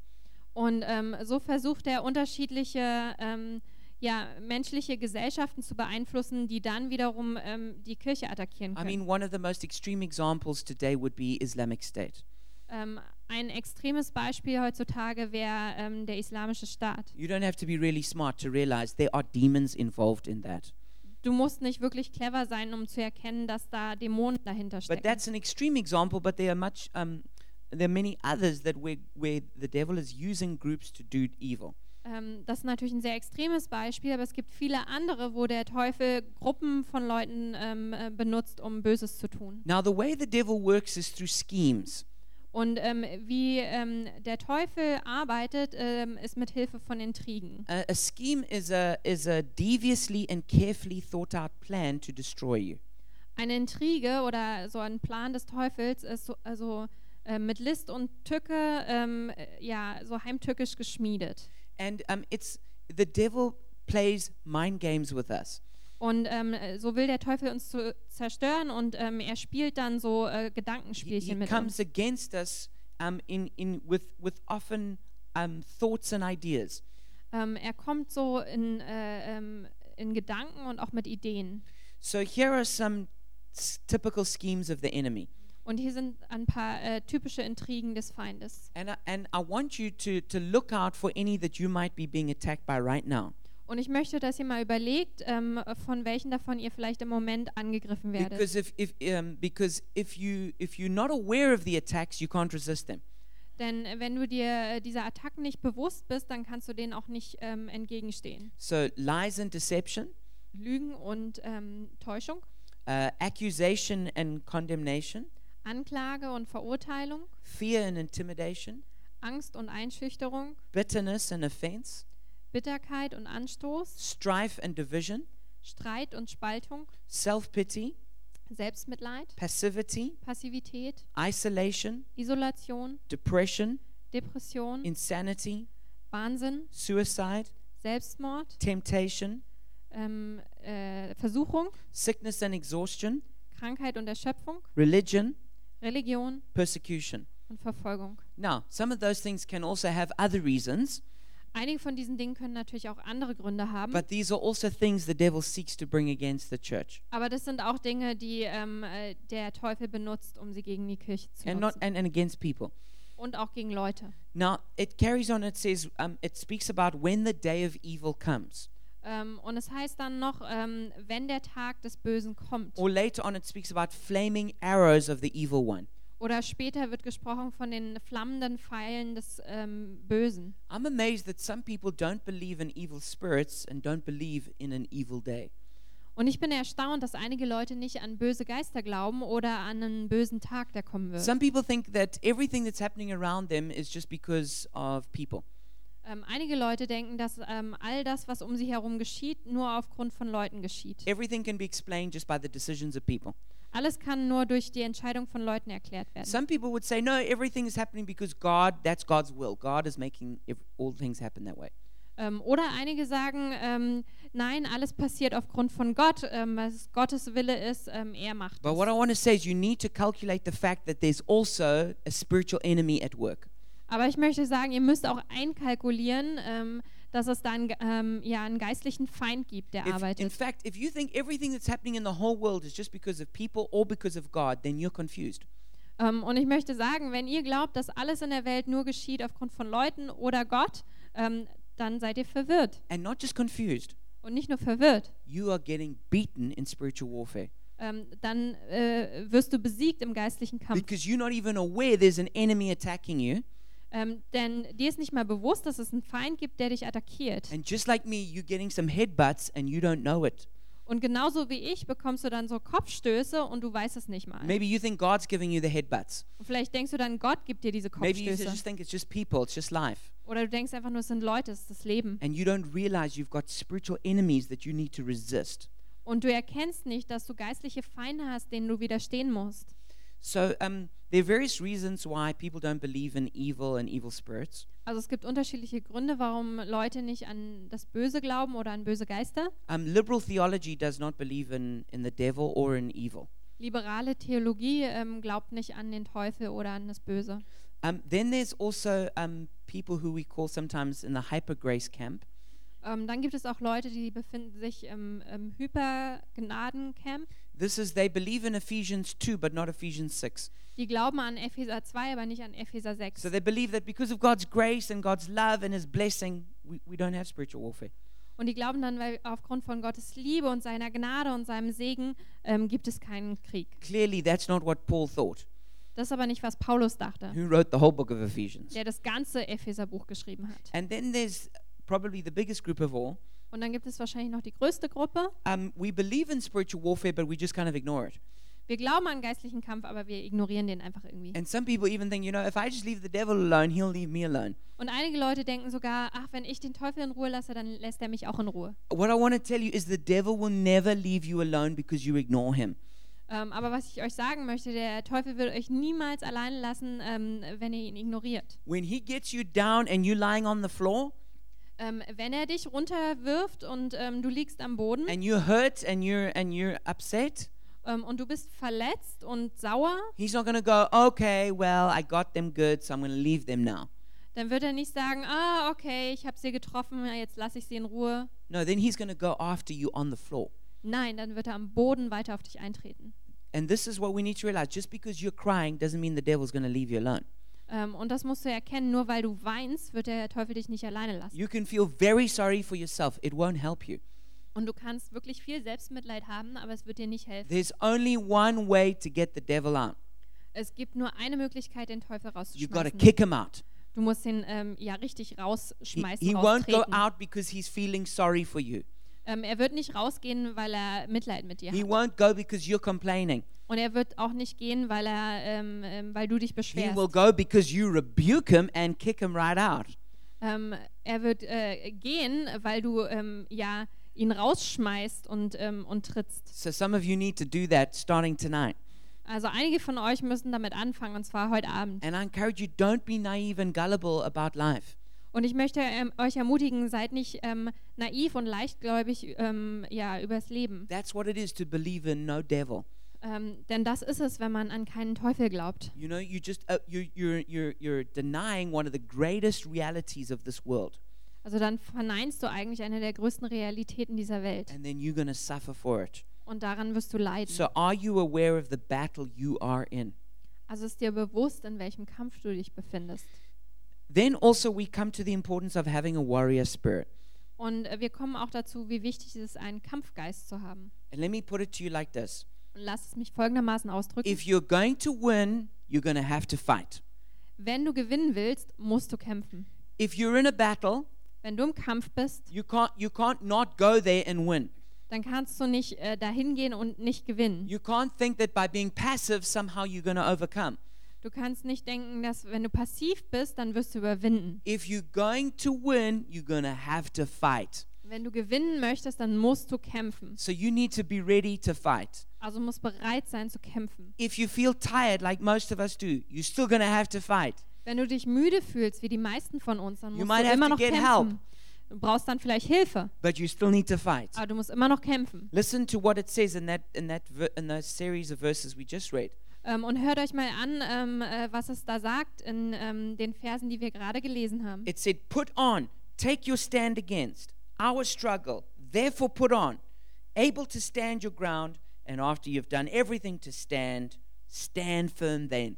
Und ähm, so versucht er unterschiedliche ähm, ja, menschliche Gesellschaften zu beeinflussen, die dann wiederum ähm, die Kirche attackieren I können. mean, one of the most extreme examples today would be Islamic State. ähm, ein extremes Beispiel heutzutage wäre ähm, der Islamische Staat. You don't have to be really smart to realize there are demons involved in that. Du musst nicht wirklich clever sein, um zu erkennen, dass da Dämonen dahinter But stecken. that's an extreme example, but there are much um, there are many others that where, where the devil is using groups to do evil. Ähm, das ist natürlich ein sehr extremes Beispiel, aber es gibt viele andere, wo der Teufel Gruppen von Leuten ähm, äh, benutzt, um Böses zu tun. Now the way the devil works is through schemes. Und ähm, wie ähm, der Teufel arbeitet, ähm, ist mit Hilfe von Intrigen. A, a scheme is a is a deviously and carefully thought out plan to destroy you. Eine Intrige oder so ein Plan des Teufels ist so, also äh, mit List und Tücke, ähm, äh, ja, so heimtückisch geschmiedet. And um, it's the devil plays mind games with us. Und ähm, äh, so will der Teufel uns zu zerstören und ähm, er spielt dann so äh, He, Gedankenspielchen he mit uns. comes against us um, in in with with often um, thoughts and ideas. Ähm, er kommt so in, äh, ähm, in Gedanken und auch mit Ideen. So here are some s- typical schemes of the enemy. Und hier sind ein paar äh, typische Intrigen des Feindes. And I, and I want you to, to look out for any that you might be being attacked by right now. Und ich möchte, dass ihr mal überlegt, ähm, von welchen davon ihr vielleicht im Moment angegriffen werdet. Because if, if, um, because if, you, if you're not aware of the attacks, you can't resist them. Denn äh, wenn du dir äh, dieser Attacken nicht bewusst bist, dann kannst du denen auch nicht ähm, entgegenstehen. So, lies and deception, Lügen und ähm, Täuschung, uh, accusation and condemnation, Anklage und Verurteilung, fear and intimidation, Angst und Einschüchterung, bitterness and offense, Bitterkeit und Anstoß, strife and division, Streit und Spaltung, self pity, Selbstmitleid, passivity, Passivität, isolation, Isolation, depression, Depression, insanity, Wahnsinn, suicide, Selbstmord, temptation, ähm, äh, Versuchung, sickness and exhaustion, Krankheit und Erschöpfung, religion, Religion persecution. und Verfolgung. Now, some of those things can also have other reasons, Einige von diesen Dingen können natürlich auch andere Gründe haben, but these are also things the devil seeks to bring against the church. aber das sind auch Dinge, die ähm, äh, der Teufel benutzt, um sie gegen die Kirche zu And not nutzen and, and against people. und auch gegen Leute. Now it carries on, it says um, it speaks about when the day of evil comes. Ähm, und es heißt dann noch, ähm, wenn der Tag des Bösen kommt. Or later on it speaks about flaming arrows of the evil one. Oder später wird gesprochen von den flammenden Pfeilen des ähm, Bösen. I'm amazed that some people don't believe in evil spirits and don't believe in an evil day. Und ich bin erstaunt, dass einige Leute nicht an böse Geister glauben oder an einen bösen Tag, der kommen wird. Some people think that everything that's happening around them is just because of people. Ähm, einige Leute denken, dass ähm, all das, was um sie herum geschieht, nur aufgrund von Leuten geschieht. Everything can be explained just by the decisions of people. Alles kann nur durch die Entscheidung von Leuten erklärt werden. Some people would say, no, everything is happening because God, that's God's will. God is making ev- all things happen that way. Ähm, oder einige sagen, ähm, nein, alles passiert aufgrund von Gott, ähm, was Gottes Wille ist, ähm, er macht But what I es. want to say is, you need to calculate the fact that there's also a spiritual enemy at work. Aber ich möchte sagen, ihr müsst auch einkalkulieren, ähm, dass es da einen, ähm, ja, einen geistlichen Feind gibt, der If, in arbeitet. fact, if you think everything that's happening in the whole world is just because of people or because of God, then you're confused. Ähm, und ich möchte sagen, wenn ihr glaubt, dass alles in der Welt nur geschieht aufgrund von Leuten oder Gott, ähm, dann seid ihr verwirrt. And not just confused, Und nicht nur verwirrt, you are getting beaten in spiritual warfare ähm, dann äh, wirst du besiegt im geistlichen Kampf. because you're not even aware there's an enemy attacking you. Ähm, denn dir ist nicht mal bewusst, dass es einen Feind gibt, der dich attackiert. And just like me, you're getting some headbutts and you don't know it. Und genauso wie ich bekommst du dann so Kopfstöße und du weißt es nicht mal. Maybe you think God's giving you the headbutts. Und vielleicht denkst du dann, Gott gibt dir diese Maybe you Kopfstöße. just think it's just people, it's just life. Oder du denkst einfach nur, es sind Leute, es ist das Leben. And you don't realize you've got spiritual enemies that you need to resist. Und du erkennst nicht, dass du geistliche Feinde hast, denen du widerstehen musst. So um, there are various reasons why people don't believe in evil and evil spirits. Also es gibt unterschiedliche Gründe, warum Leute nicht an das Böse glauben oder an böse Geister. Um, liberal theology does not believe in, in the devil or in evil. Liberale Theologie ähm, glaubt nicht an den Teufel oder an das Böse. Um, then there's also um, people who we call sometimes in the hyper grace camp Ähm, dann gibt es auch Leute, die befinden sich im, im Hypergnadencamp. This is they believe in Ephesians 2 but not Ephesians 6. Die glauben an Epheser 2, aber nicht an Epheser 6. So they believe that because of God's grace and God's love and His blessing, we, we don't have spiritual warfare. Und die glauben dann, weil aufgrund von Gottes Liebe und seiner Gnade und seinem Segen ähm, gibt es keinen Krieg. Clearly, that's not what Paul thought, Das ist aber nicht, was Paulus dachte, who wrote the whole book of Ephesians. der das ganze Epheserbuch geschrieben hat. And then there's probably the biggest group of all. Und dann gibt es wahrscheinlich noch die größte Gruppe. Um, we believe in spiritual warfare, but we just kind of ignore it. Wir glauben an geistlichen Kampf, aber wir ignorieren den einfach irgendwie. And some people even think, you know, if I just leave the devil alone, he'll leave me alone. Und einige Leute denken sogar, ach, wenn ich den Teufel in Ruhe lasse, dann lässt er mich auch in Ruhe. What I want to tell you is the devil will never leave you alone because you ignore him. Ähm, aber was ich euch sagen möchte, der Teufel wird euch niemals allein lassen, ähm, wenn ihr ihn ignoriert. When he gets you down and you're lying on the floor Ähm, wenn er dich runterwirft und ähm, du liegst am Boden and you're hurt and you're and you're upset, ähm, und du bist verletzt und sauer, he's not going to go, "Okay, well, I got them good, so I'm going to leave them now." dann wird er nicht sagen, ah, okay, ich habe sie getroffen, ja, jetzt lasse ich sie in Ruhe. No, then he's going to go after you on the floor. Nein, dann wird er am Boden weiter auf dich eintreten. And this is what we need to realize. Just because you're crying doesn't mean the devil's going to leave you alone. Ähm, und das musst du erkennen, nur weil du weinst, wird der Teufel dich nicht alleine lassen. You can feel very sorry for yourself. It won't help you. Und du kannst wirklich viel Selbstmitleid haben, aber es wird dir nicht helfen. There's only one way to get the devil out. Es gibt nur eine Möglichkeit, den Teufel You've got to rauszuschmeißen. kick him out. Du musst ihn ähm, ja richtig He, rausschmeißen, he won't go raustreten. out because he's feeling sorry for you. Ähm, er wird nicht rausgehen, weil er Mitleid mit dir He hat. won't go because you're complaining. Und er wird auch nicht gehen, weil er, ähm, ähm, weil du dich He beschwerst. will go because you rebuke him and kick him right out. Ähm, er wird äh, gehen, weil du ähm, ja ihn rausschmeißt und ähm, und trittst. So some of you need to do that starting tonight. Also einige von euch müssen damit anfangen, und zwar heute Abend. And I encourage you don't be naive and gullible about life. Und ich möchte ähm, euch ermutigen, seid nicht ähm, naiv und leichtgläubig ähm, ja übers Leben, That's what it is to believe in no devil. ähm, denn das ist es, wenn man an keinen Teufel glaubt. You know, you just uh, you you're you're you're denying one of the greatest realities of this world, Also dann verneinst du eigentlich eine der größten Realitäten dieser Welt and then you're going to suffer for it. und daran wirst du leiden. So, are you aware of the battle you are in? Also ist dir bewusst, in welchem Kampf du dich befindest. Then also we come to the importance of having a warrior spirit. Und äh, wir kommen auch dazu, wie wichtig es ist, einen Kampfgeist zu haben. And let me put it to you like this: Und lass es mich folgendermaßen ausdrücken. If you're going to win, you're going to have to fight. Wenn du gewinnen willst, musst du kämpfen. If you're in a battle, Wenn du im Kampf bist, you can't you can't not go there and win. dann kannst du nicht äh, dahin gehen und nicht gewinnen. You can't think that by being passive somehow you're going to overcome. Du kannst nicht denken, dass wenn du passiv bist, dann wirst du überwinden. If you're going to win, you're going to have to fight. Wenn du gewinnen möchtest, dann musst du kämpfen. So you need to be ready to fight. Also musst bereit sein zu kämpfen. If you feel tired, like most of us do, you're still going to have to fight. Wenn du dich müde fühlst, wie die meisten von uns, dann You musst might du have immer to noch get kämpfen. help. Du brauchst dann vielleicht Hilfe, But you still need to fight. aber du musst immer noch kämpfen. Listen to what it says in that in that ver- in that series of verses we just read. Ähm, und hört euch mal an, ähm, äh, was es da sagt in ähm, den Versen, die wir gerade gelesen haben. It said, "Put on, take your stand against our struggle. Therefore, put on, able to stand your ground, and after you've done everything to stand, stand firm. Then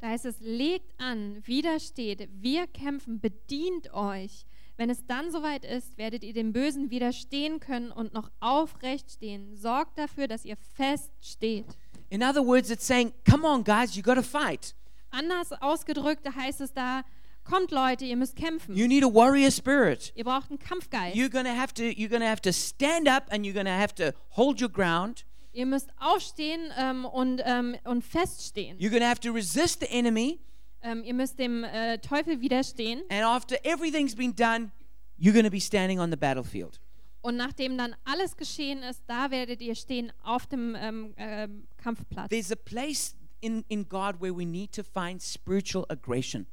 Da heißt es, legt an, widersteht, wir kämpfen, bedient euch. Wenn es dann soweit ist, werdet ihr dem Bösen widerstehen können und noch aufrecht stehen. Sorgt dafür, dass ihr fest steht. In other words, it's saying, come on, guys, you got to fight. Anders ausgedrückt da heißt es da, kommt Leute, ihr müsst kämpfen. You need a warrior spirit. ihr braucht einen Kampfgeist. You're gonna have to. You're gonna have to stand up, and you're gonna have to hold your ground. Ihr müsst aufstehen ähm, und, ähm, und feststehen. You're gonna have to resist the enemy, Ähm, ihr müsst dem äh, Teufel widerstehen. and after everything's been done, you're gonna be standing on the battlefield. Und nachdem dann alles geschehen ist, da werdet ihr stehen auf dem ähm, ähm, Kampfplatz. There's a place in in God where we need to find spiritual aggression.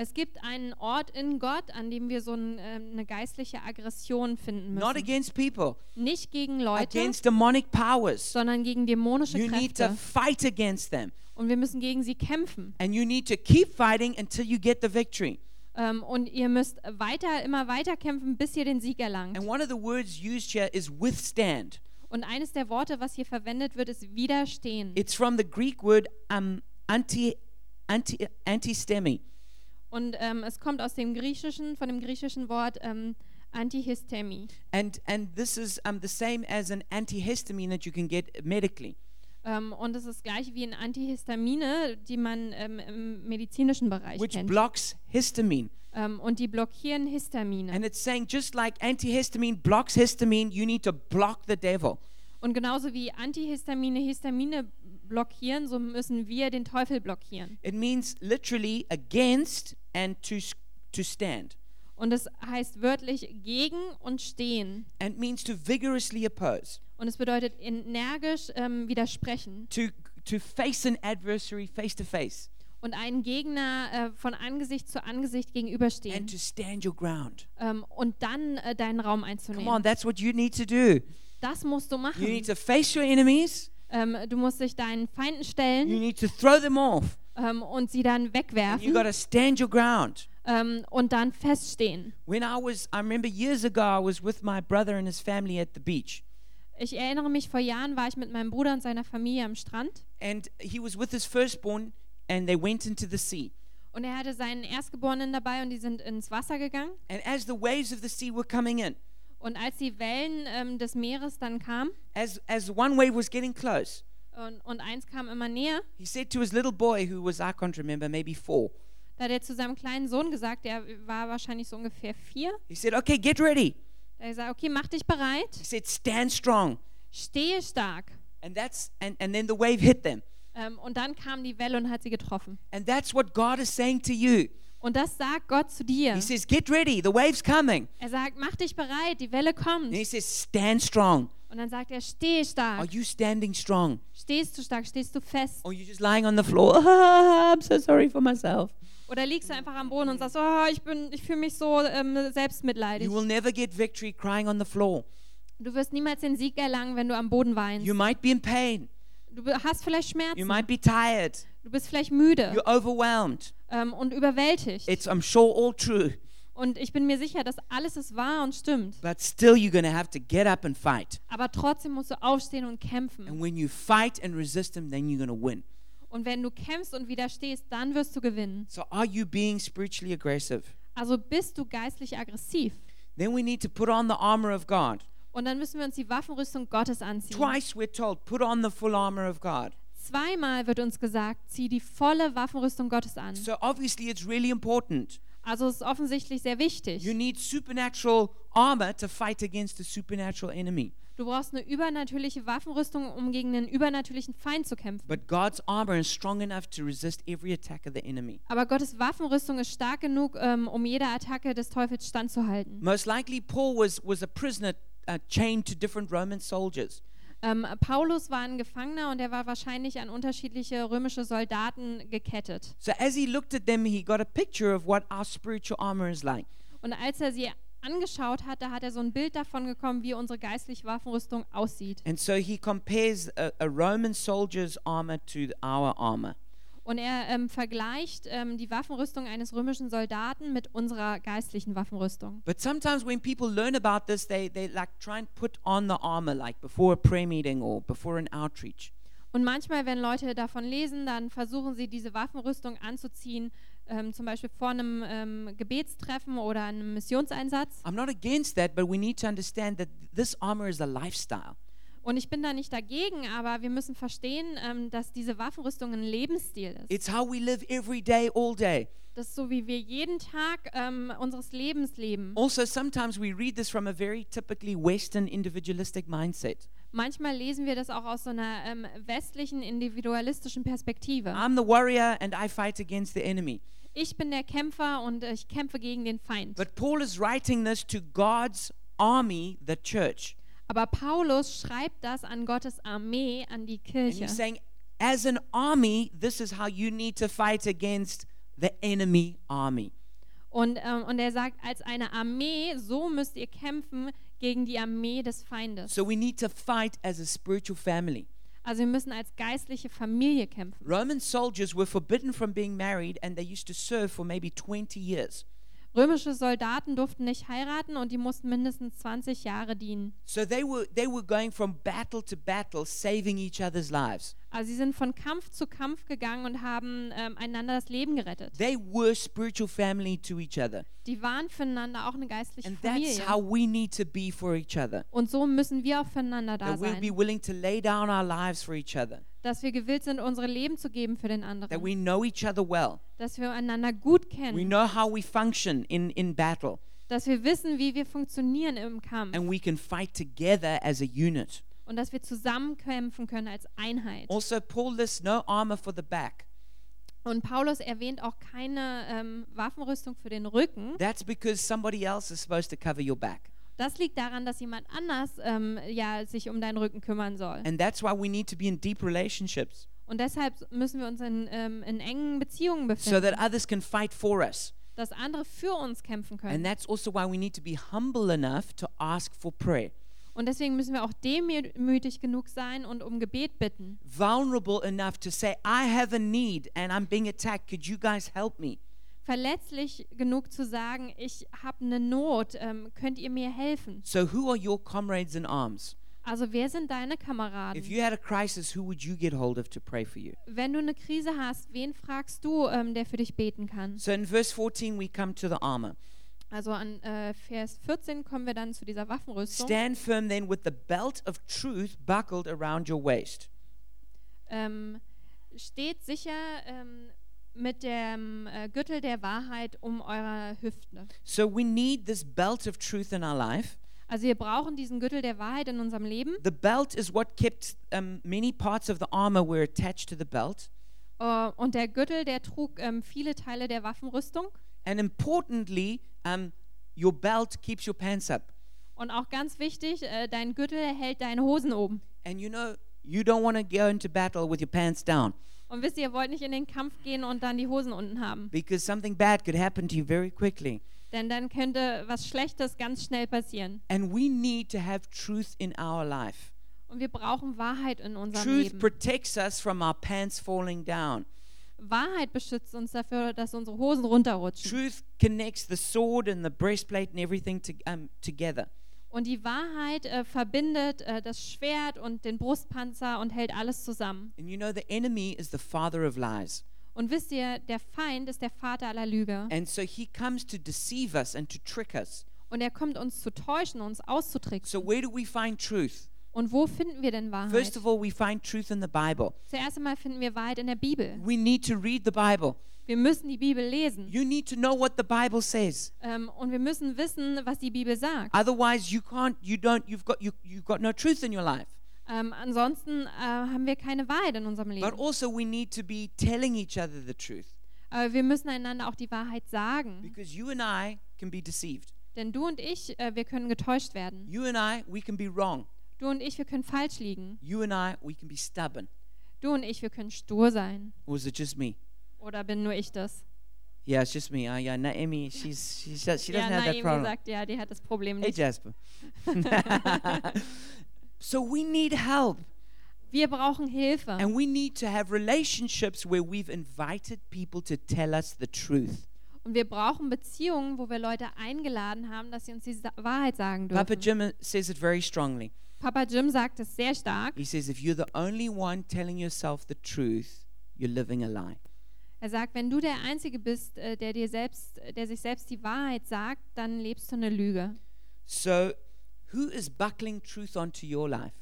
Es gibt einen Ort in Gott, an dem wir so ein, ähm, eine geistliche Aggression finden Not müssen. against people, Nicht gegen Leute, against demonic powers. sondern gegen dämonische You need to Kräfte. fight against them, Und wir müssen gegen sie kämpfen. and you need to keep fighting until you get the victory. Ähm, Ähm, und ihr müsst weiter, immer weiter kämpfen, bis ihr den Sieg erlangt. And one of the words used here is withstand. Und eines der Worte, was hier verwendet wird, ist widerstehen. It's from the Greek word um, anti, anti, antistemi. Und ähm, es kommt aus dem Griechischen, von dem griechischen Wort ähm, Antihistamie. And, and this is um, the same as an antihistamine that you can get medically. Ähm, und es ist gleich wie ein Antihistamine, die man ähm, im medizinischen Bereich which kennt. blocks histamine. Ähm, und die blockieren Histamine. And it's saying just like antihistamine blocks histamine, you need to block the devil. Und genauso wie Antihistamine Histamine blockieren, so müssen wir den Teufel blockieren. It means literally against and to s- to stand. Und es heißt wörtlich gegen und stehen. And it means to vigorously oppose, Und es bedeutet energisch ähm, widersprechen to to face an adversary face to face und einen Gegner äh, von Angesicht zu Angesicht gegenüberstehen and to stand your ground. ähm, und dann äh, deinen Raum Come on, einzunehmen. that's what you need to do. Das musst du You need machen. to face your enemies. Ähm, du musst dich deinen Feinden You stellen need to throw them off. ähm, und sie And dann you got wegwerfen to stand your ground. ähm, und dann feststehen. When I was, I remember years ago, I was with my brother and his family at the beach. Ich erinnere mich, vor Jahren war ich mit meinem Bruder und seiner Familie am Strand And he was with his firstborn, and they went into the sea. und er hatte seinen Erstgeborenen dabei und die sind ins Wasser gegangen. And as the waves of the sea were coming in, Und als die Wellen ähm, des Meeres dann kamen as, as one wave was getting close, und, und eins kam immer näher, he said to his little boy, who was, I can't remember, maybe four, Da hat er zu seinem kleinen Sohn gesagt, der war wahrscheinlich so ungefähr vier, he said, Okay, get ready. da hat er gesagt, okay, mach dich He bereit, said, Stand strong. stehe stark. And, that's, and, and then the wave hit them. Ähm, und dann kam die Welle und hat sie getroffen. And that's what God is saying to you. Und das sagt Gott zu dir. He says, Get ready. The wave's coming. Er sagt, mach dich bereit, die Welle And kommt. he says, Stand strong. Und dann sagt er, stehe Are stark. you standing strong? Stehst du stark, stehst du fest. Or you're just lying on the floor. "Ah, I'm so sorry for myself. Oder liegst du einfach am Boden und sagst, oh, ich, bin- ich fühle mich so ähm, selbstmitleidig. Mm. You will never get victory crying on the floor. Du wirst niemals den Sieg erlangen, wenn du am Boden weinst. You might be in pain. Du be- hast vielleicht You Schmerzen, might be tired. du bist vielleicht müde You're overwhelmed. ähm, und überwältigt. It's, I'm sure, all true. Und ich bin mir sicher, dass alles ist wahr und stimmt. But still, you're going to have to get up and fight. Aber trotzdem musst du aufstehen und And kämpfen. when you fight and resist them, then you're going to win. Und wenn du kämpfst und widerstehst, dann wirst du gewinnen. So, are you being spiritually aggressive? Also bist du geistlich aggressiv. Then we need to put on the armor of God. Und dann müssen wir uns die Waffenrüstung Gottes anziehen. Twice we're told, put on the full armor of God. Mm-hmm. Zweimal wird uns gesagt, zieh die volle Waffenrüstung Gottes an. So, obviously, it's really important. Also es ist offensichtlich sehr You wichtig. need supernatural armor to fight against a supernatural enemy. Du brauchst eine übernatürliche Waffenrüstung, um gegen einen übernatürlichen Feind zu kämpfen. But God's armor is strong enough to resist every attack of the enemy. Aber Gottes Waffenrüstung ist stark genug, ähm, um jeder Attacke des Teufels standzuhalten. Most likely, Paul was, was a prisoner uh, chained to different Roman soldiers. Ähm, Paulus war ein Gefangener und er war wahrscheinlich an unterschiedliche römische Soldaten gekettet. So as he looked at them, he got a picture of what our spiritual armor is like. Und als er sie angeschaut hat, da hat er so ein Bild davon gekommen, wie unsere geistliche Waffenrüstung aussieht. And so he compares a, a Roman soldier's armor to our armor. Und er ähm, vergleicht ähm, die Waffenrüstung eines römischen Soldaten mit unserer geistlichen Waffenrüstung. But sometimes when people learn about this, they, they like try and put on the armor like before a prayer meeting or before an outreach. Und manchmal, wenn Leute davon lesen, dann versuchen sie, diese Waffenrüstung anzuziehen, ähm, zum Beispiel vor einem ähm, Gebetstreffen oder einem Missionseinsatz. I'm not against that, but we need to understand that this armor is a lifestyle. Und ich bin da nicht dagegen, aber wir müssen verstehen, ähm, dass diese Waffenrüstung ein Lebensstil ist. It's how we live every day, all day. Das ist so, wie wir jeden Tag ähm, unseres Lebens leben. Also, sometimes we read this from a very typically Western individualistic mindset. Manchmal lesen wir das auch aus so einer ähm, westlichen individualistischen Perspektive. I'm the warrior and I fight against the enemy. Ich bin der Kämpfer und äh, ich kämpfe gegen den Feind. But Paul is writing this to God's army, the church. Aber Paulus schreibt das an Gottes Armee, an die And Kirche. he's saying, as an army, this is how you need to fight against the enemy army. Und, ähm, und er sagt, als eine Armee, so müsst ihr kämpfen gegen die Armee des Feindes. So we need to fight as a spiritual family. Also wir müssen als geistliche Familie kämpfen. Roman soldiers were forbidden from being married and they used to serve for maybe 20 years. Römische Soldaten durften nicht heiraten und die mussten mindestens 20 Jahre dienen. So they were, they were going from battle to battle, saving each other's lives. Also sie sind von Kampf zu Kampf gegangen und haben ähm, einander das Leben gerettet. They were spiritual family to each other. Die waren füreinander auch eine geistliche And that's Familie. how we need to be for each other. Und so müssen wir auch füreinander da That we'll be sein, willing to lay down our lives for each other. dass wir gewillt sind, unsere Leben zu geben für den That anderen, we know each other well. dass wir einander gut We kennen, know how we function in, in battle. dass wir wissen, wie wir funktionieren im Kampf And we can fight together as a unit. und dass wir zusammen kämpfen können als Einheit. Also, Paul lists no armor for the back. Und Paulus erwähnt auch keine ähm, Waffenrüstung für den Rücken. That's because somebody else is supposed to cover your back. Das liegt daran, dass jemand anders ähm, ja, sich um deinen Rücken kümmern soll. And that's why we need to be in deep relationships Und deshalb müssen wir uns in, ähm, in engen Beziehungen so that befinden, others can fight for us. dass andere für uns kämpfen können. And that's also why we need to be humble enough to ask for prayer, Und deswegen müssen wir auch demütig genug sein und um Gebet bitten. vulnerable enough to say, I have a need and I'm being attacked. Could you guys help me? Verletzlich genug zu sagen, ich habe eine Not, ähm, könnt ihr mir helfen? So, who are your comrades in arms? Also wer sind deine If Kameraden? you had a crisis, who would you get hold of to pray for you? Wenn du eine Krise hast, wen fragst du, ähm, der für dich beten kann? So, in verse 14, we come to the armor. Also an äh, Vers 14 kommen wir dann zu dieser Waffenrüstung. Stand firm then with the belt of truth buckled around your waist. ähm, steht sicher ähm, mit dem äh, Gürtel der Wahrheit um eure Hüfte. So, we need this belt of truth in our life. Also wir brauchen diesen Gürtel der Wahrheit in unserem Leben. The belt is what kept um, many parts of the armor were attached to the belt. Äh, und der Gürtel, der trug ähm, viele Teile der Waffenrüstung. And importantly, um, your belt keeps your pants up. Und auch ganz wichtig, äh, dein Gürtel hält deine Hosen oben. And you know, you don't want to go into battle with your pants down Und wisst ihr, ihr wollt nicht in den Kampf gehen und dann die Hosen unten haben. because something bad could happen to you very quickly. Denn dann könnte was Schlechtes ganz schnell passieren. And we need to have truth in our life. Und wir brauchen Wahrheit in unserem Truth Leben. protects us from our pants falling down. Wahrheit beschützt uns dafür, dass unsere Hosen runterrutschen. Truth connects the sword and the breastplate and everything to, um, together. Und die Wahrheit äh, verbindet äh, das Schwert und den Brustpanzer und hält alles zusammen. And you know, the enemy is the father of lies. Und wisst ihr, der Feind ist der Vater aller Lüge. And so he comes to deceive us and to trick us. Und er kommt uns zu täuschen, uns So, auszutricksen. where do we find truth? Und wo finden wir denn First Wahrheit? of all, we find truth in the Bible. Zuerst einmal finden wir Wahrheit in der Bibel. We need to read the Bible. Wir müssen die Bibel lesen. You need to know what the Bible says. Ähm, und wir müssen wissen, was die Bibel sagt. Otherwise, you can't, you don't, you've got, you, you've got no truth in your life. Ähm, ansonsten äh, haben wir keine Wahrheit in unserem But Leben. also, we need to be telling each other the truth Aber wir müssen einander auch die Wahrheit sagen. because you and I can be deceived. Denn du und ich, äh, wir können getäuscht werden. You and I, we can be wrong. Du und ich, wir können falsch liegen. You and I, we can be stubborn. Du und ich, wir können stur sein. Or is it just me? Oder bin nur ich das? Yeah, it's just me. Uh, yeah, Naomi, she's, she's, she doesn't ja, have that Naomi problem. sagt, ja, die hat das Problem Hey, nicht. Jasper. so we need help, Wir brauchen Hilfe. and we need to have relationships where we've invited people to tell us the truth. Und wir brauchen Beziehungen, wo wir Leute eingeladen haben, dass sie uns die Sa Wahrheit sagen dürfen. Papa Jim says it very strongly. Papa Jim sagt es sehr stark. He says, if you're the only one telling yourself the truth, you're living a lie. Er sagt, wenn du der Einzige bist, äh, der, dir selbst, der sich selbst die Wahrheit sagt, dann lebst du eine Lüge. So, who is buckling truth onto your life?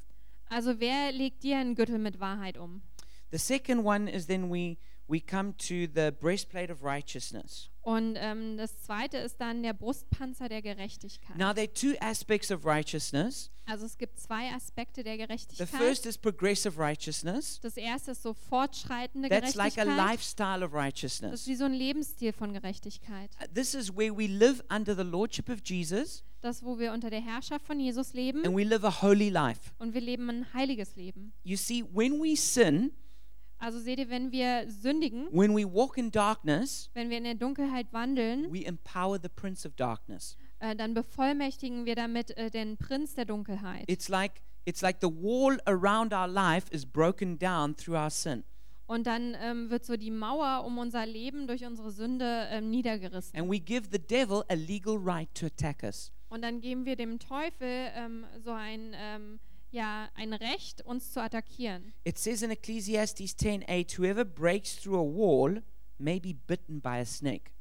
Also wer legt dir einen Gürtel mit Wahrheit um? The second one is then we we come to the breastplate of righteousness. Und ähm, das Zweite ist dann der Brustpanzer der Gerechtigkeit. Now there are two aspects of righteousness. Also es gibt zwei Aspekte der The Gerechtigkeit. first is progressive righteousness. Das erste ist so fortschreitende That's like a Gerechtigkeit. lifestyle of Das ist righteousness. wie so ein Lebensstil von Gerechtigkeit. Uh, This is where we live under the lordship of Jesus Das, wo wir unter der Herrschaft von Jesus and leben we live a holy life. und wir leben ein heiliges Leben. You see, when we sin, Also seht ihr, wenn wir sündigen, when we walk in darkness, wenn wir in der Dunkelheit wandeln, we empower the prince of darkness. äh, dann bevollmächtigen wir damit äh, den Prinz der Dunkelheit. It's like it's like the wall around our life is broken down through our sin. Und dann ähm, wird so die Mauer um unser Leben durch unsere Sünde ähm, niedergerissen. And we give the devil a legal right to attack us. Und dann geben wir dem Teufel ähm, so ein, ähm, ja, ein Recht, uns zu attackieren. It says in Ecclesiastes 10:8, whoever breaks through a wall may be bitten by a snake.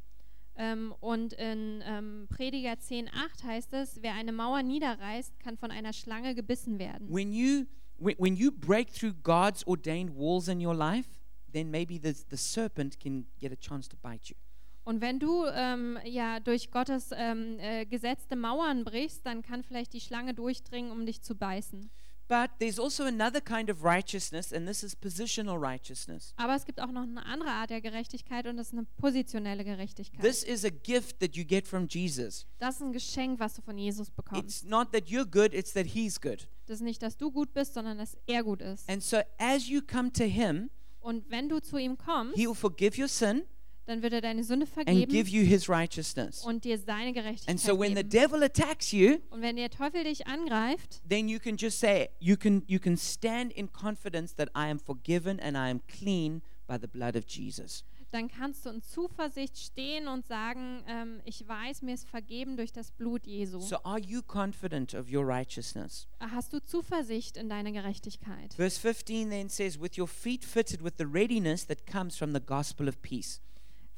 Ähm, und in ähm, Prediger 10.8 heißt es, wer eine Mauer niederreißt, kann von einer Schlange gebissen werden. When you when, when you break through God's ordained walls in your life, then maybe the, the serpent can get a chance to bite you. Und wenn du ähm, ja durch Gottes ähm, äh, gesetzte Mauern brichst, dann kann vielleicht die Schlange durchdringen, um dich zu beißen. But there's also another kind of righteousness, and this is positional righteousness. Aber es gibt auch noch eine andere Art der Gerechtigkeit und das ist eine positionelle Gerechtigkeit. This is a gift that you get from Jesus. das ist ein Geschenk, was du von Jesus bekommst. It's not that you're good, it's that He's good. Das ist nicht, dass du gut bist, sondern dass er gut ist. And so as you come to Him, Und wenn du zu ihm kommst, He'll forgive your sin dann wird er deine Sünde and give vergeben you His righteousness. und dir seine And Gerechtigkeit so when the geben. devil attacks you, Und wenn der Teufel dich angreift, then you can just say you can you can stand in confidence that I am forgiven and I am clean by the blood of Jesus. dann kannst du in Zuversicht stehen und sagen, ähm, ich weiß, mir ist vergeben durch das Blut Jesu. So are you confident of your righteousness? Hast du Zuversicht in deine Gerechtigkeit? Verse 15 then says with your feet fitted with the readiness that comes from the gospel of peace.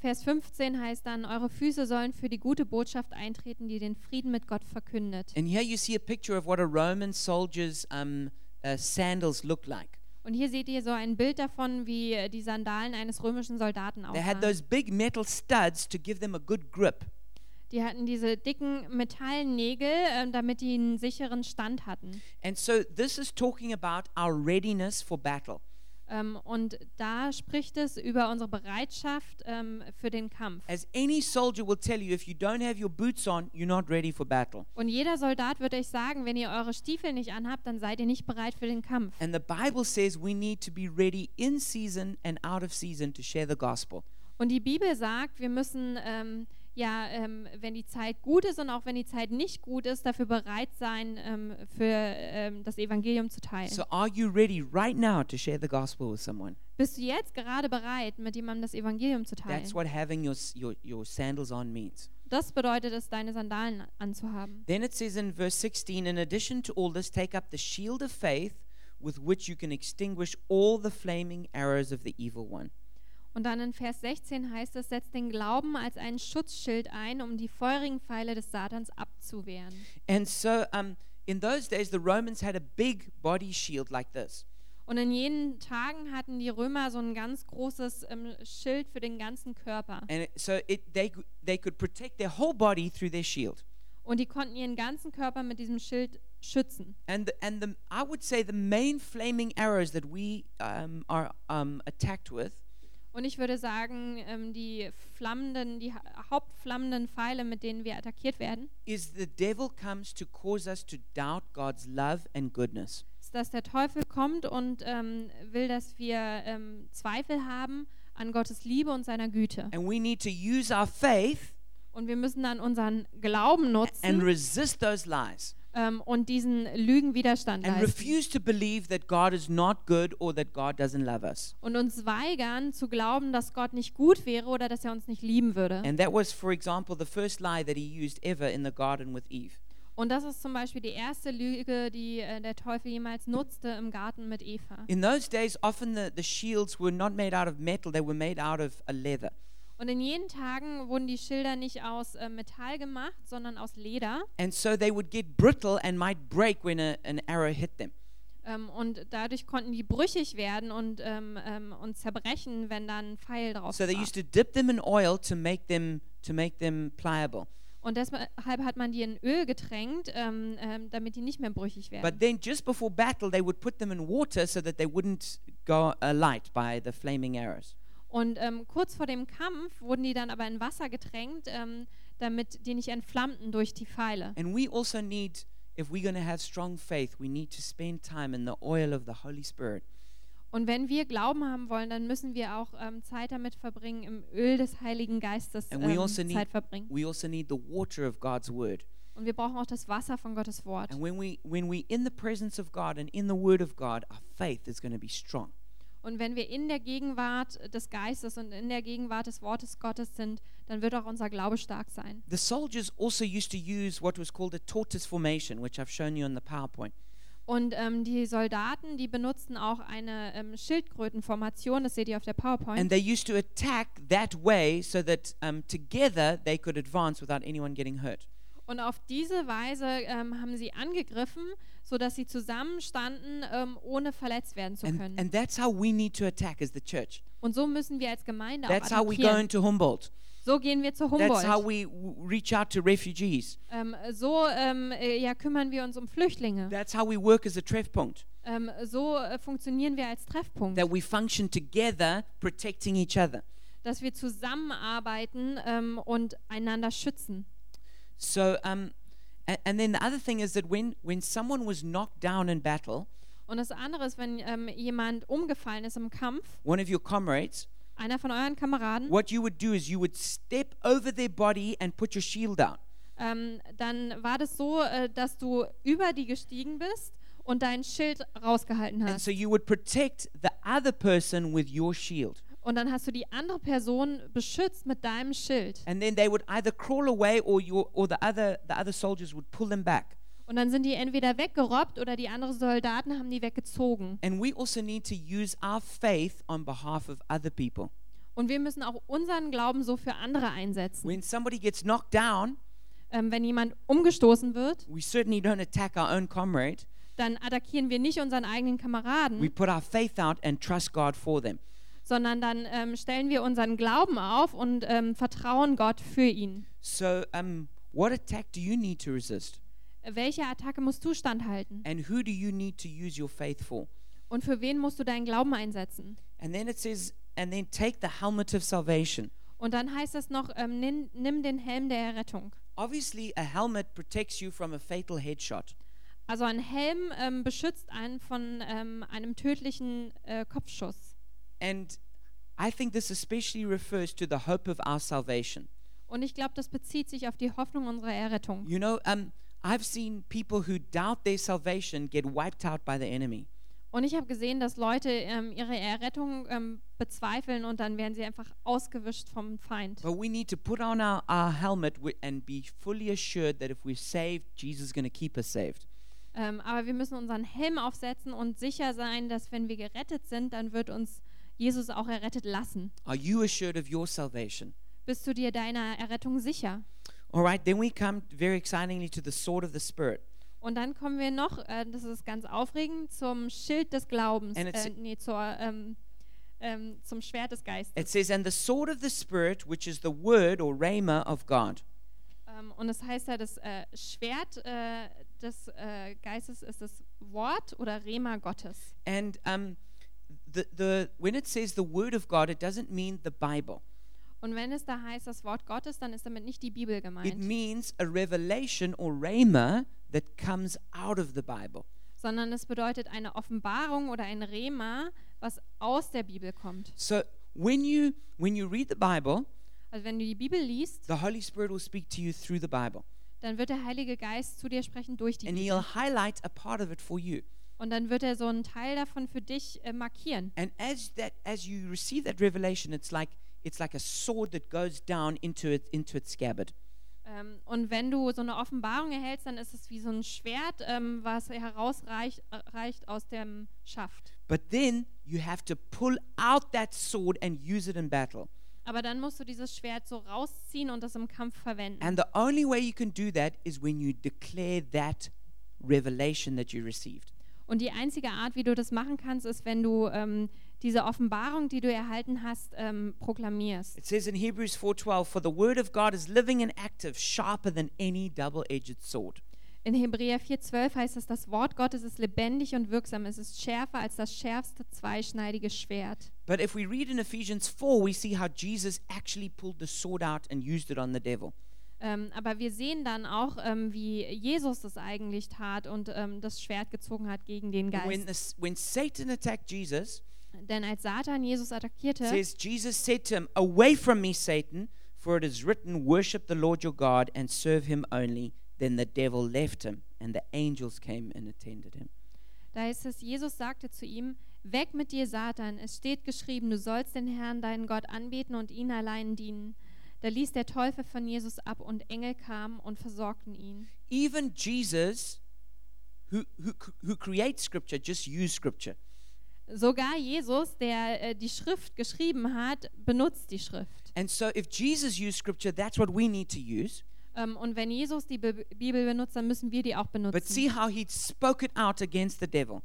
Vers 15 heißt dann, eure Füße sollen für die gute Botschaft eintreten, die den Frieden mit Gott verkündet. And here you see a picture of what a Roman soldier's um, uh, sandals look like. Und hier seht ihr so ein Bild davon, wie äh, die Sandalen eines römischen Soldaten They had aussahen. those big metal studs to give them a good grip. Die hatten diese dicken Metallnägel, ähm, damit die einen sicheren Stand hatten. And so this is talking about our readiness for battle. Ähm, und da spricht es über unsere Bereitschaft ähm, für den Kampf. As any soldier will tell you, if you don't have your boots on, you're not ready for battle. Und jeder Soldat wird euch sagen, wenn ihr eure Stiefel nicht anhabt, dann seid ihr nicht bereit für den Kampf. And the Bible says we need to be ready in season and out of season to share the gospel. Und die Bibel sagt, wir müssen, ähm, ja, ähm, wenn die Zeit gut ist und auch wenn die Zeit nicht gut ist, dafür bereit sein, ähm, für ähm, das Evangelium zu teilen. So are you ready right now to share the gospel with someone? Bist du jetzt gerade bereit, mit jemandem das Evangelium zu teilen? That's what having your, s- your, your sandals on means. Das bedeutet es, deine Sandalen anzuhaben. Then it says in verse 16, in addition to all this, take up the shield of faith with which you can extinguish all the flaming arrows of the evil one. Und dann in Vers 16 heißt es, setzt den Glauben als einen Schutzschild ein, um die feurigen Pfeile des Satans abzuwehren. And so um, in those days, the Romans had a big body shield like this. Und in jenen Tagen hatten die Römer so ein ganz großes ähm, Schild für den ganzen Körper. And it, so it, they, g- they could protect their whole body through their shield. Und die konnten ihren ganzen Körper mit diesem Schild schützen. And, the, and the, I would say the main flaming arrows that we um, are um, attacked with Und ich würde sagen, ähm, die flammenden, die ha hauptflammenden Pfeile, mit denen wir attackiert werden, is the devil comes to cause us to doubt God's love and goodness. ist, dass der Teufel kommt und ähm, will, dass wir ähm, Zweifel haben an Gottes Liebe und seiner Güte. And we need to use our faith Und wir müssen dann unseren Glauben and nutzen resist those lies ähm, und diesen Lügen Widerstand and leisten. refuse to believe that God is not good or that God doesn't love us. Und uns weigern zu glauben, dass Gott nicht gut wäre oder dass er uns nicht lieben würde. And that was, for example, the first lie that he used ever in the garden with Eve. Und das ist zum Beispiel die erste Lüge, die äh, der Teufel jemals nutzte im Garten mit Eva. In those days, often the, the shields were not made out of metal, they were made out of a leather. Und in jenen Tagen wurden die Schilder nicht aus äh, Metall gemacht, sondern aus Leder. And so they would get brittle and might break when a, an arrow hit them. Ähm, und dadurch konnten die brüchig werden und, ähm, ähm, und zerbrechen, wenn dann ein Pfeil drauf So they war. used to dip them in oil to make them to make them pliable. Und deshalb hat man die in Öl getränkt, ähm, ähm, damit die nicht mehr brüchig werden. But then just before battle, they would put them in water so that they wouldn't go alight by the flaming arrows. Und ähm, kurz vor dem Kampf wurden die dann aber in Wasser getränkt, ähm, damit die nicht entflammten durch die Pfeile. And we also need, if we're going to have strong faith, we need to spend time in the oil of the Holy Spirit. Und wenn wir Glauben haben wollen, dann müssen wir auch ähm, Zeit damit verbringen, im Öl des Heiligen Geistes And we ähm, also need- Zeit verbringen. We also need the water of God's word. Und wir brauchen auch das Wasser von Gottes Wort. And when we when we in the presence of God and in the word of God, our faith is going to be strong. Und wenn wir in der Gegenwart des Geistes und in der Gegenwart des Wortes Gottes sind, dann wird auch unser Glaube stark sein. The soldiers also used to use what was called a tortoise formation, which I've shown you on the PowerPoint. Und ähm, die Soldaten, die benutzten auch eine ähm, Schildkrötenformation, das seht ihr auf der PowerPoint. And they used to attack that way so that um, together they could advance without anyone getting hurt. Und auf diese Weise ähm, haben sie angegriffen, sodass sie zusammenstanden, ähm, ohne verletzt werden zu And, können. and that's how we need to attack as the church. und so müssen wir als Gemeinde auch That's how we go attackieren. into Humboldt. So gehen wir zu That's how Humboldt. we w- reach out to refugees. Ähm, so ähm, äh, ja, kümmern wir uns um Flüchtlinge. That's how we work as a Treffpunkt. Ähm, so äh, funktionieren wir als Treffpunkt, That we function together, protecting each other. dass wir zusammenarbeiten ähm, und einander schützen. So, um, and, and then the other thing is that when, when someone was knocked down in battle, Und das andere ist, wenn ähm, jemand umgefallen ist im Kampf, one of your comrades, einer von euren Kameraden, what you would do is you would step over their body and put your shield down. ähm, dann war das so, äh, dass du über die gestiegen bist und dein Schild rausgehalten And hast. so you would protect the other person with your shield. Und dann hast du die andere Person beschützt mit deinem Schild. And then they would either crawl away or, your, or the, other, the other soldiers would pull them back. Und dann sind die entweder weggerobbt oder die anderen Soldaten haben die weggezogen. And we also need to use our faith on behalf of other people. Und wir müssen auch unseren Glauben so für andere einsetzen. When somebody gets knocked down, Ähm, wenn jemand umgestoßen wird, we certainly don't attack our own comrade. dann attackieren wir nicht unseren eigenen We Kameraden, put our faith out and trust God for them. sondern dann ähm, stellen wir unseren Glauben auf und ähm, vertrauen Gott für ihn. So, um, what attack do you need to resist? Welche Attacke musst du standhalten? And who do you need to use your faith for? Und für wen musst du deinen Glauben einsetzen? And then it says, and then take the helmet of salvation. Und dann heißt es noch, ähm, nimm, nimm den Helm der Errettung. Obviously, a helmet protects you from a fatal headshot. Also ein Helm ähm, beschützt einen von ähm, einem tödlichen äh, Kopfschuss. And I think this especially refers to the hope of our salvation. Und ich glaube, das bezieht sich auf die Hoffnung unserer Errettung. You know, um, I've seen people who doubt their salvation get wiped out by the enemy. Und ich habe gesehen, dass Leute ähm, ihre Errettung ähm, bezweifeln und dann werden sie einfach ausgewischt vom Feind. But we need to put on our, our helmet wi- and be fully assured that if we're saved, Jesus is going to keep us saved. Ähm, aber wir müssen unseren Helm aufsetzen und sicher sein, dass wenn wir gerettet sind, dann wird uns Jesus auch errettet lassen. Are you assured of your salvation? Bist du dir deiner Errettung sicher? All right, then we come very excitingly to the sword of the Spirit. Und dann kommen wir noch, äh, das ist ganz aufregend, zum Schild des Glaubens. And it's- Äh, nee, zur, ähm, ähm, zum Schwert des Geistes. It says, And the sword of the Spirit, which is the word or rhema of God. Ähm, und das heißt ja, das äh, Schwert äh, des äh, Geistes ist das Wort oder Rema Gottes. And um, the, the, when it says the word of God, it doesn't mean the Bible, Und wenn es da heißt, das Wort Gottes, dann ist damit nicht die Bibel it gemeint, means a revelation or rhema that comes out of the Bible. sondern es bedeutet eine Offenbarung oder ein Rema, was aus der Bibel kommt. So when you, when you read the Bible, Also wenn du die Bibel liest, the Holy Spirit will speak to you through the Bible, dann wird der Heilige Geist zu dir sprechen durch die and He'll Bibel. highlight a part of it for you. Und dann wird er so einen Teil davon für dich äh, markieren. And as that as you receive that revelation, it's like it's like a sword that goes down into it into its scabbard. Ähm, und wenn du so eine Offenbarung erhältst, dann ist es wie so ein Schwert, ähm, was herausreicht äh, reicht aus dem Schaft. But then you have to pull out that sword and use it in battle. Aber dann musst du dieses Schwert so rausziehen und das im Kampf verwenden. And the only way you can do that is when you declare that revelation that you received. Und die einzige Art, wie du das machen kannst, ist, wenn du ähm, diese Offenbarung, die du erhalten hast, ähm, proklamierst. It says in Hebrews 4:12, "For the word of God is living and active, sharper than any double-edged sword." In Hebräer 4,12 heißt es, das Wort Gottes ist lebendig und wirksam. Es ist schärfer als das schärfste zweischneidige Schwert. But if we read in Ephesians 4, we see how Jesus actually pulled the sword out and used it on the devil. Ähm, aber wir sehen dann auch, ähm, wie Jesus das eigentlich tat und ähm, das Schwert gezogen hat gegen den When, Geist. this, when Satan attacked Jesus, Denn als Satan Jesus attackierte, it says Jesus said to him, "Away from me, Satan, for it is written, worship the Lord your God and serve him only." Then the devil left him, and the angels came and attended him. da ist es, Jesus sagte zu ihm, Weg mit dir, Satan. Es steht geschrieben, du sollst den Herrn, deinen Gott, anbeten und ihn allein dienen. Da ließ der Teufel von Jesus ab und Engel kamen und versorgten ihn. Even Jesus, who, who, who creates scripture, just used scripture. Sogar Jesus, der äh, die Schrift geschrieben hat, benutzt die Schrift. And so if Jesus used scripture, that's what we need to use. Ähm, und wenn Jesus die Bi- Bibel benutzt, dann müssen wir die auch But see benutzen. how he spoke it out against the devil.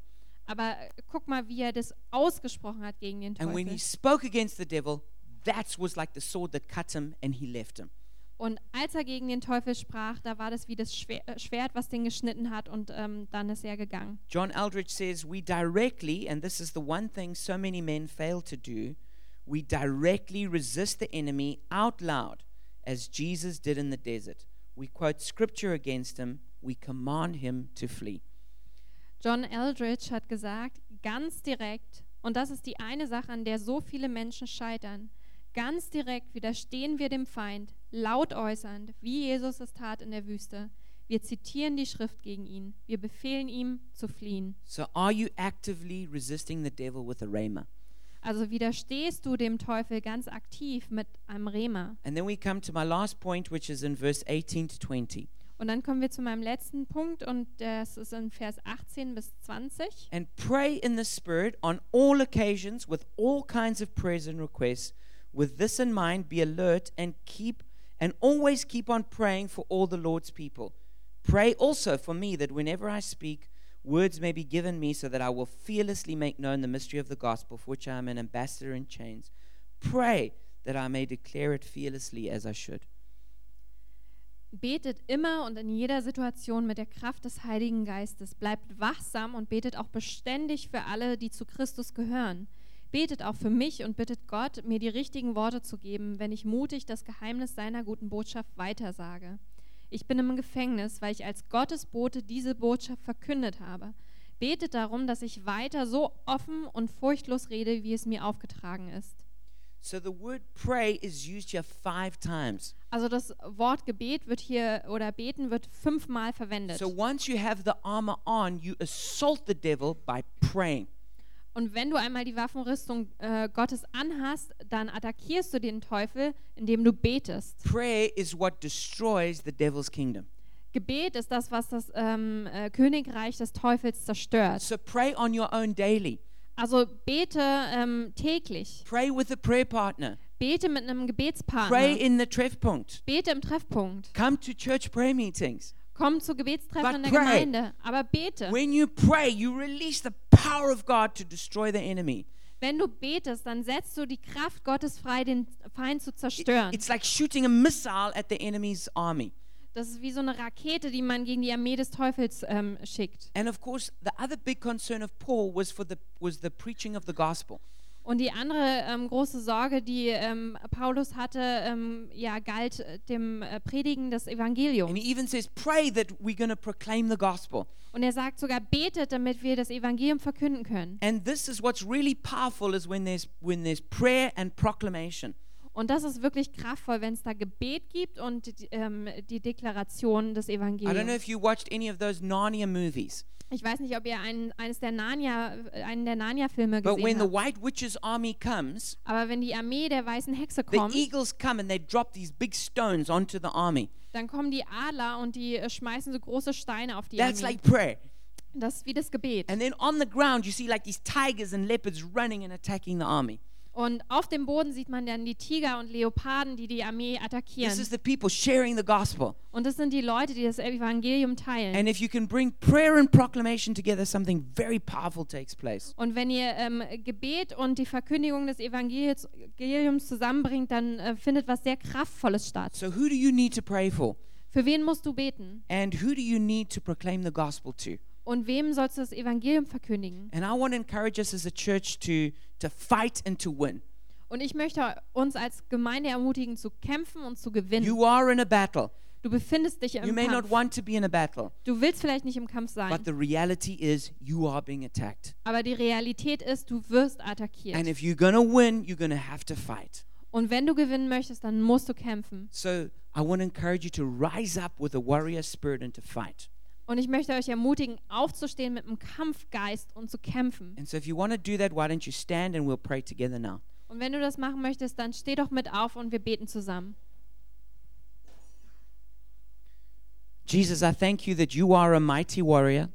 Aber äh, guck mal, wie er das ausgesprochen hat gegen den And when Teufel. he spoke against the devil, that was like the sword that cut him and he left him. Und als er gegen den Teufel sprach, da war das wie das Schwer- äh, Schwert, was den geschnitten hat, und ähm, dann ist er gegangen. John Eldridge says, We directly, and this is the one thing so many men fail to do, we directly resist the enemy out loud, as Jesus did in the desert. We quote scripture against him, we command him to flee. John Eldridge hat gesagt, ganz direkt, und das ist die eine Sache, an der so viele Menschen scheitern, ganz direkt widerstehen wir dem Feind, laut äußernd, wie Jesus es tat in der Wüste. Wir zitieren die Schrift gegen ihn. Wir befehlen ihm, zu fliehen. So, are you actively resisting the devil with a rhema? Also widerstehst du dem Teufel ganz aktiv mit einem Rema. And then we come to my last point, which is in verse 18 to 20. Und dann kommen wir zu meinem letzten Punkt und das ist in Vers 18 bis 20. And pray in the Spirit on all occasions with all kinds of prayers and requests. With this in mind, be alert and keep and always keep on praying for all the Lord's people. Pray also for me that whenever I speak, words may be given me so that I will fearlessly make known the mystery of the gospel, for which I am an ambassador in chains. Pray that I may declare it fearlessly as I should. Betet immer und in jeder Situation mit der Kraft des Heiligen Geistes. Bleibt wachsam und betet auch beständig für alle, die zu Christus gehören. Betet auch für mich und bittet Gott, mir die richtigen Worte zu geben, wenn ich mutig das Geheimnis seiner guten Botschaft weitersage. Ich bin im Gefängnis, weil ich als Gottesbote diese Botschaft verkündet habe. Betet darum, dass ich weiter so offen und furchtlos rede, wie es mir aufgetragen ist. So the word pray is used here five times. Also das Wort Gebet wird hier oder beten wird fünfmal verwendet. So once you have the armor on, you assault the devil by praying. Und wenn du einmal die Waffenrüstung äh, Gottes anhast, dann attackierst du den Teufel, indem du betest. Prayer is what destroys the devil's kingdom. Gebet ist das, was das ähm, äh, Königreich des Teufels zerstört. So pray on your own daily. Also bete ähm, täglich. Pray with a prayer partner. Bete mit einem Pray Gebetspartner. in the treffpunkt. Bete im Treffpunkt. Come to church prayer meetings. Komm zu Gebetstreffen in But der pray. Gemeinde. Aber bete. When you pray, you release the power of God to destroy the enemy. Wenn du betest, dann setzt du die Kraft Gottes frei, den Feind zu It- zerstören. It's like shooting a missile at the enemy's army. Das ist wie so eine Rakete, die man gegen die Armee des Teufels ähm, schickt. And of course, the other big concern of Paul was for the was the preaching of the gospel. Und die andere ähm, große Sorge, die ähm, Paulus hatte, ähm, ja, galt äh, dem äh, Predigen des And Evangeliums. he even says, "Pray that we're going to proclaim the gospel." Und er sagt sogar, betet, damit wir das Evangelium verkünden können. And this is what's really powerful is when there's when there's prayer and proclamation. Und das ist wirklich kraftvoll, wenn es da Gebet gibt und die- ähm, die Deklaration des I don't know Evangeliums. if you watched any of those Narnia movies, Ich weiß nicht, ob ihr einen, eines der Narnia, äh, einen der Narnia-Filme but when gesehen the habt. White Witch's army comes, Aber wenn die Armee der weißen Hexe the e kommt, eagles come and they drop these big stones onto the army. dann kommen die Adler und die äh, schmeißen so große Steine auf die That's Armee. like prayer. Das ist wie das Gebet. And then on the ground, you see like these tigers and leopards running and attacking the army. Und auf dem Boden sieht man dann die Tiger und Leoparden, die die Armee This attackieren. is the people sharing the gospel. Und das sind die Leute, die das Evangelium teilen. And if you can bring prayer and proclamation together, something very powerful takes place. Und wenn ihr ähm, Gebet und die Verkündigung des Evangeliums Evangeliums zusammenbringt, dann äh, findet was sehr Kraftvolles statt. So, who do you need to pray for? Für wen musst du beten? And who do you need to proclaim the gospel to? Und wem sollst du das Evangelium verkündigen? And I want to encourage us as a church to to fight and to win. Und ich möchte uns als Gemeinde ermutigen, zu kämpfen und zu gewinnen. You are in a battle. Du befindest dich You im may not Kampf. want to be in a battle, Du willst vielleicht nicht im but Kampf sein, the reality is you are being attacked. aber die Realität ist, du wirst And attackiert. if you're going to win, you're going to have to fight. Und wenn du gewinnen möchtest, dann musst du kämpfen. So I want to encourage you to rise up with a warrior spirit and to fight. Und ich möchte euch ermutigen, aufzustehen mit einem Kampfgeist und zu kämpfen. And so if you want to do that, why don't you stand and we'll pray together now. Und wenn du das machen möchtest, dann steh doch mit auf und wir beten zusammen. Jesus, I thank you that you are a mighty warrior,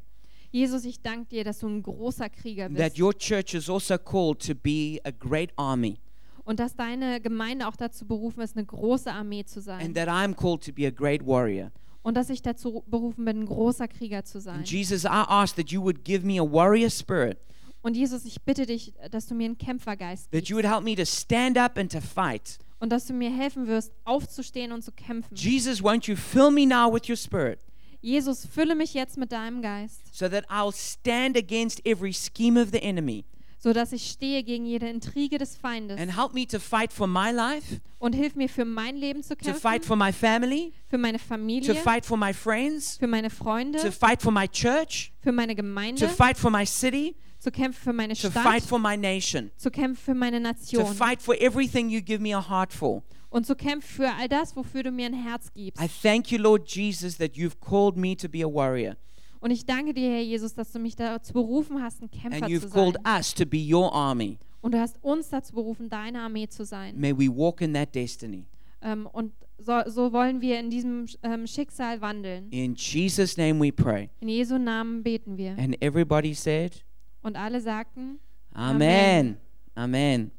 Jesus, ich danke dir, dass du ein großer Krieger that bist your church is also called to be a great army, und dass deine Gemeinde auch dazu berufen ist, eine große Armee zu sein. and that I'm called to be a great warrior. Und dass ich dazu berufen bin, ein großer Krieger zu sein. And Jesus, I ask that you would give me a warrior spirit, Und Jesus, ich bitte dich, dass du mir einen Kämpfergeist that gibst you would help me to stand up and to fight. und dass du mir helfen wirst, aufzustehen und zu kämpfen. Jesus, won't you fill me now with your spirit Jesus, fülle mich jetzt mit deinem Geist, so that I'll stand against every scheme of the enemy sodass ich stehe gegen jede Intrige des Feindes and help me to fight for my life, und hilf mir für mein Leben zu to fight kämpfen, for my family, für meine to Familie, fight for my friends, für meine to Freunde, fight for my church, für meine to Gemeinde, fight for my city, zu kämpfen für meine to fight Stadt, for my nation, zu kämpfen für meine to Nation fight for everything you give me a heart for. und zu kämpfen für all das, wofür du mir ein Herz gibst. I thank you, Lord Jesus, that you've called me to be a warrior Und ich danke dir, Herr Jesus, dass du mich dazu berufen hast, ein Kämpfer and zu you've called sein. us to be your army. Und du hast uns dazu berufen, deine Armee zu sein. May we walk in that destiny. Ähm, und so, so wollen wir in diesem ähm, Schicksal wandeln. In Jesus' name we pray. In Jesu Namen beten wir. And everybody said, Und alle sagten, Amen. Amen.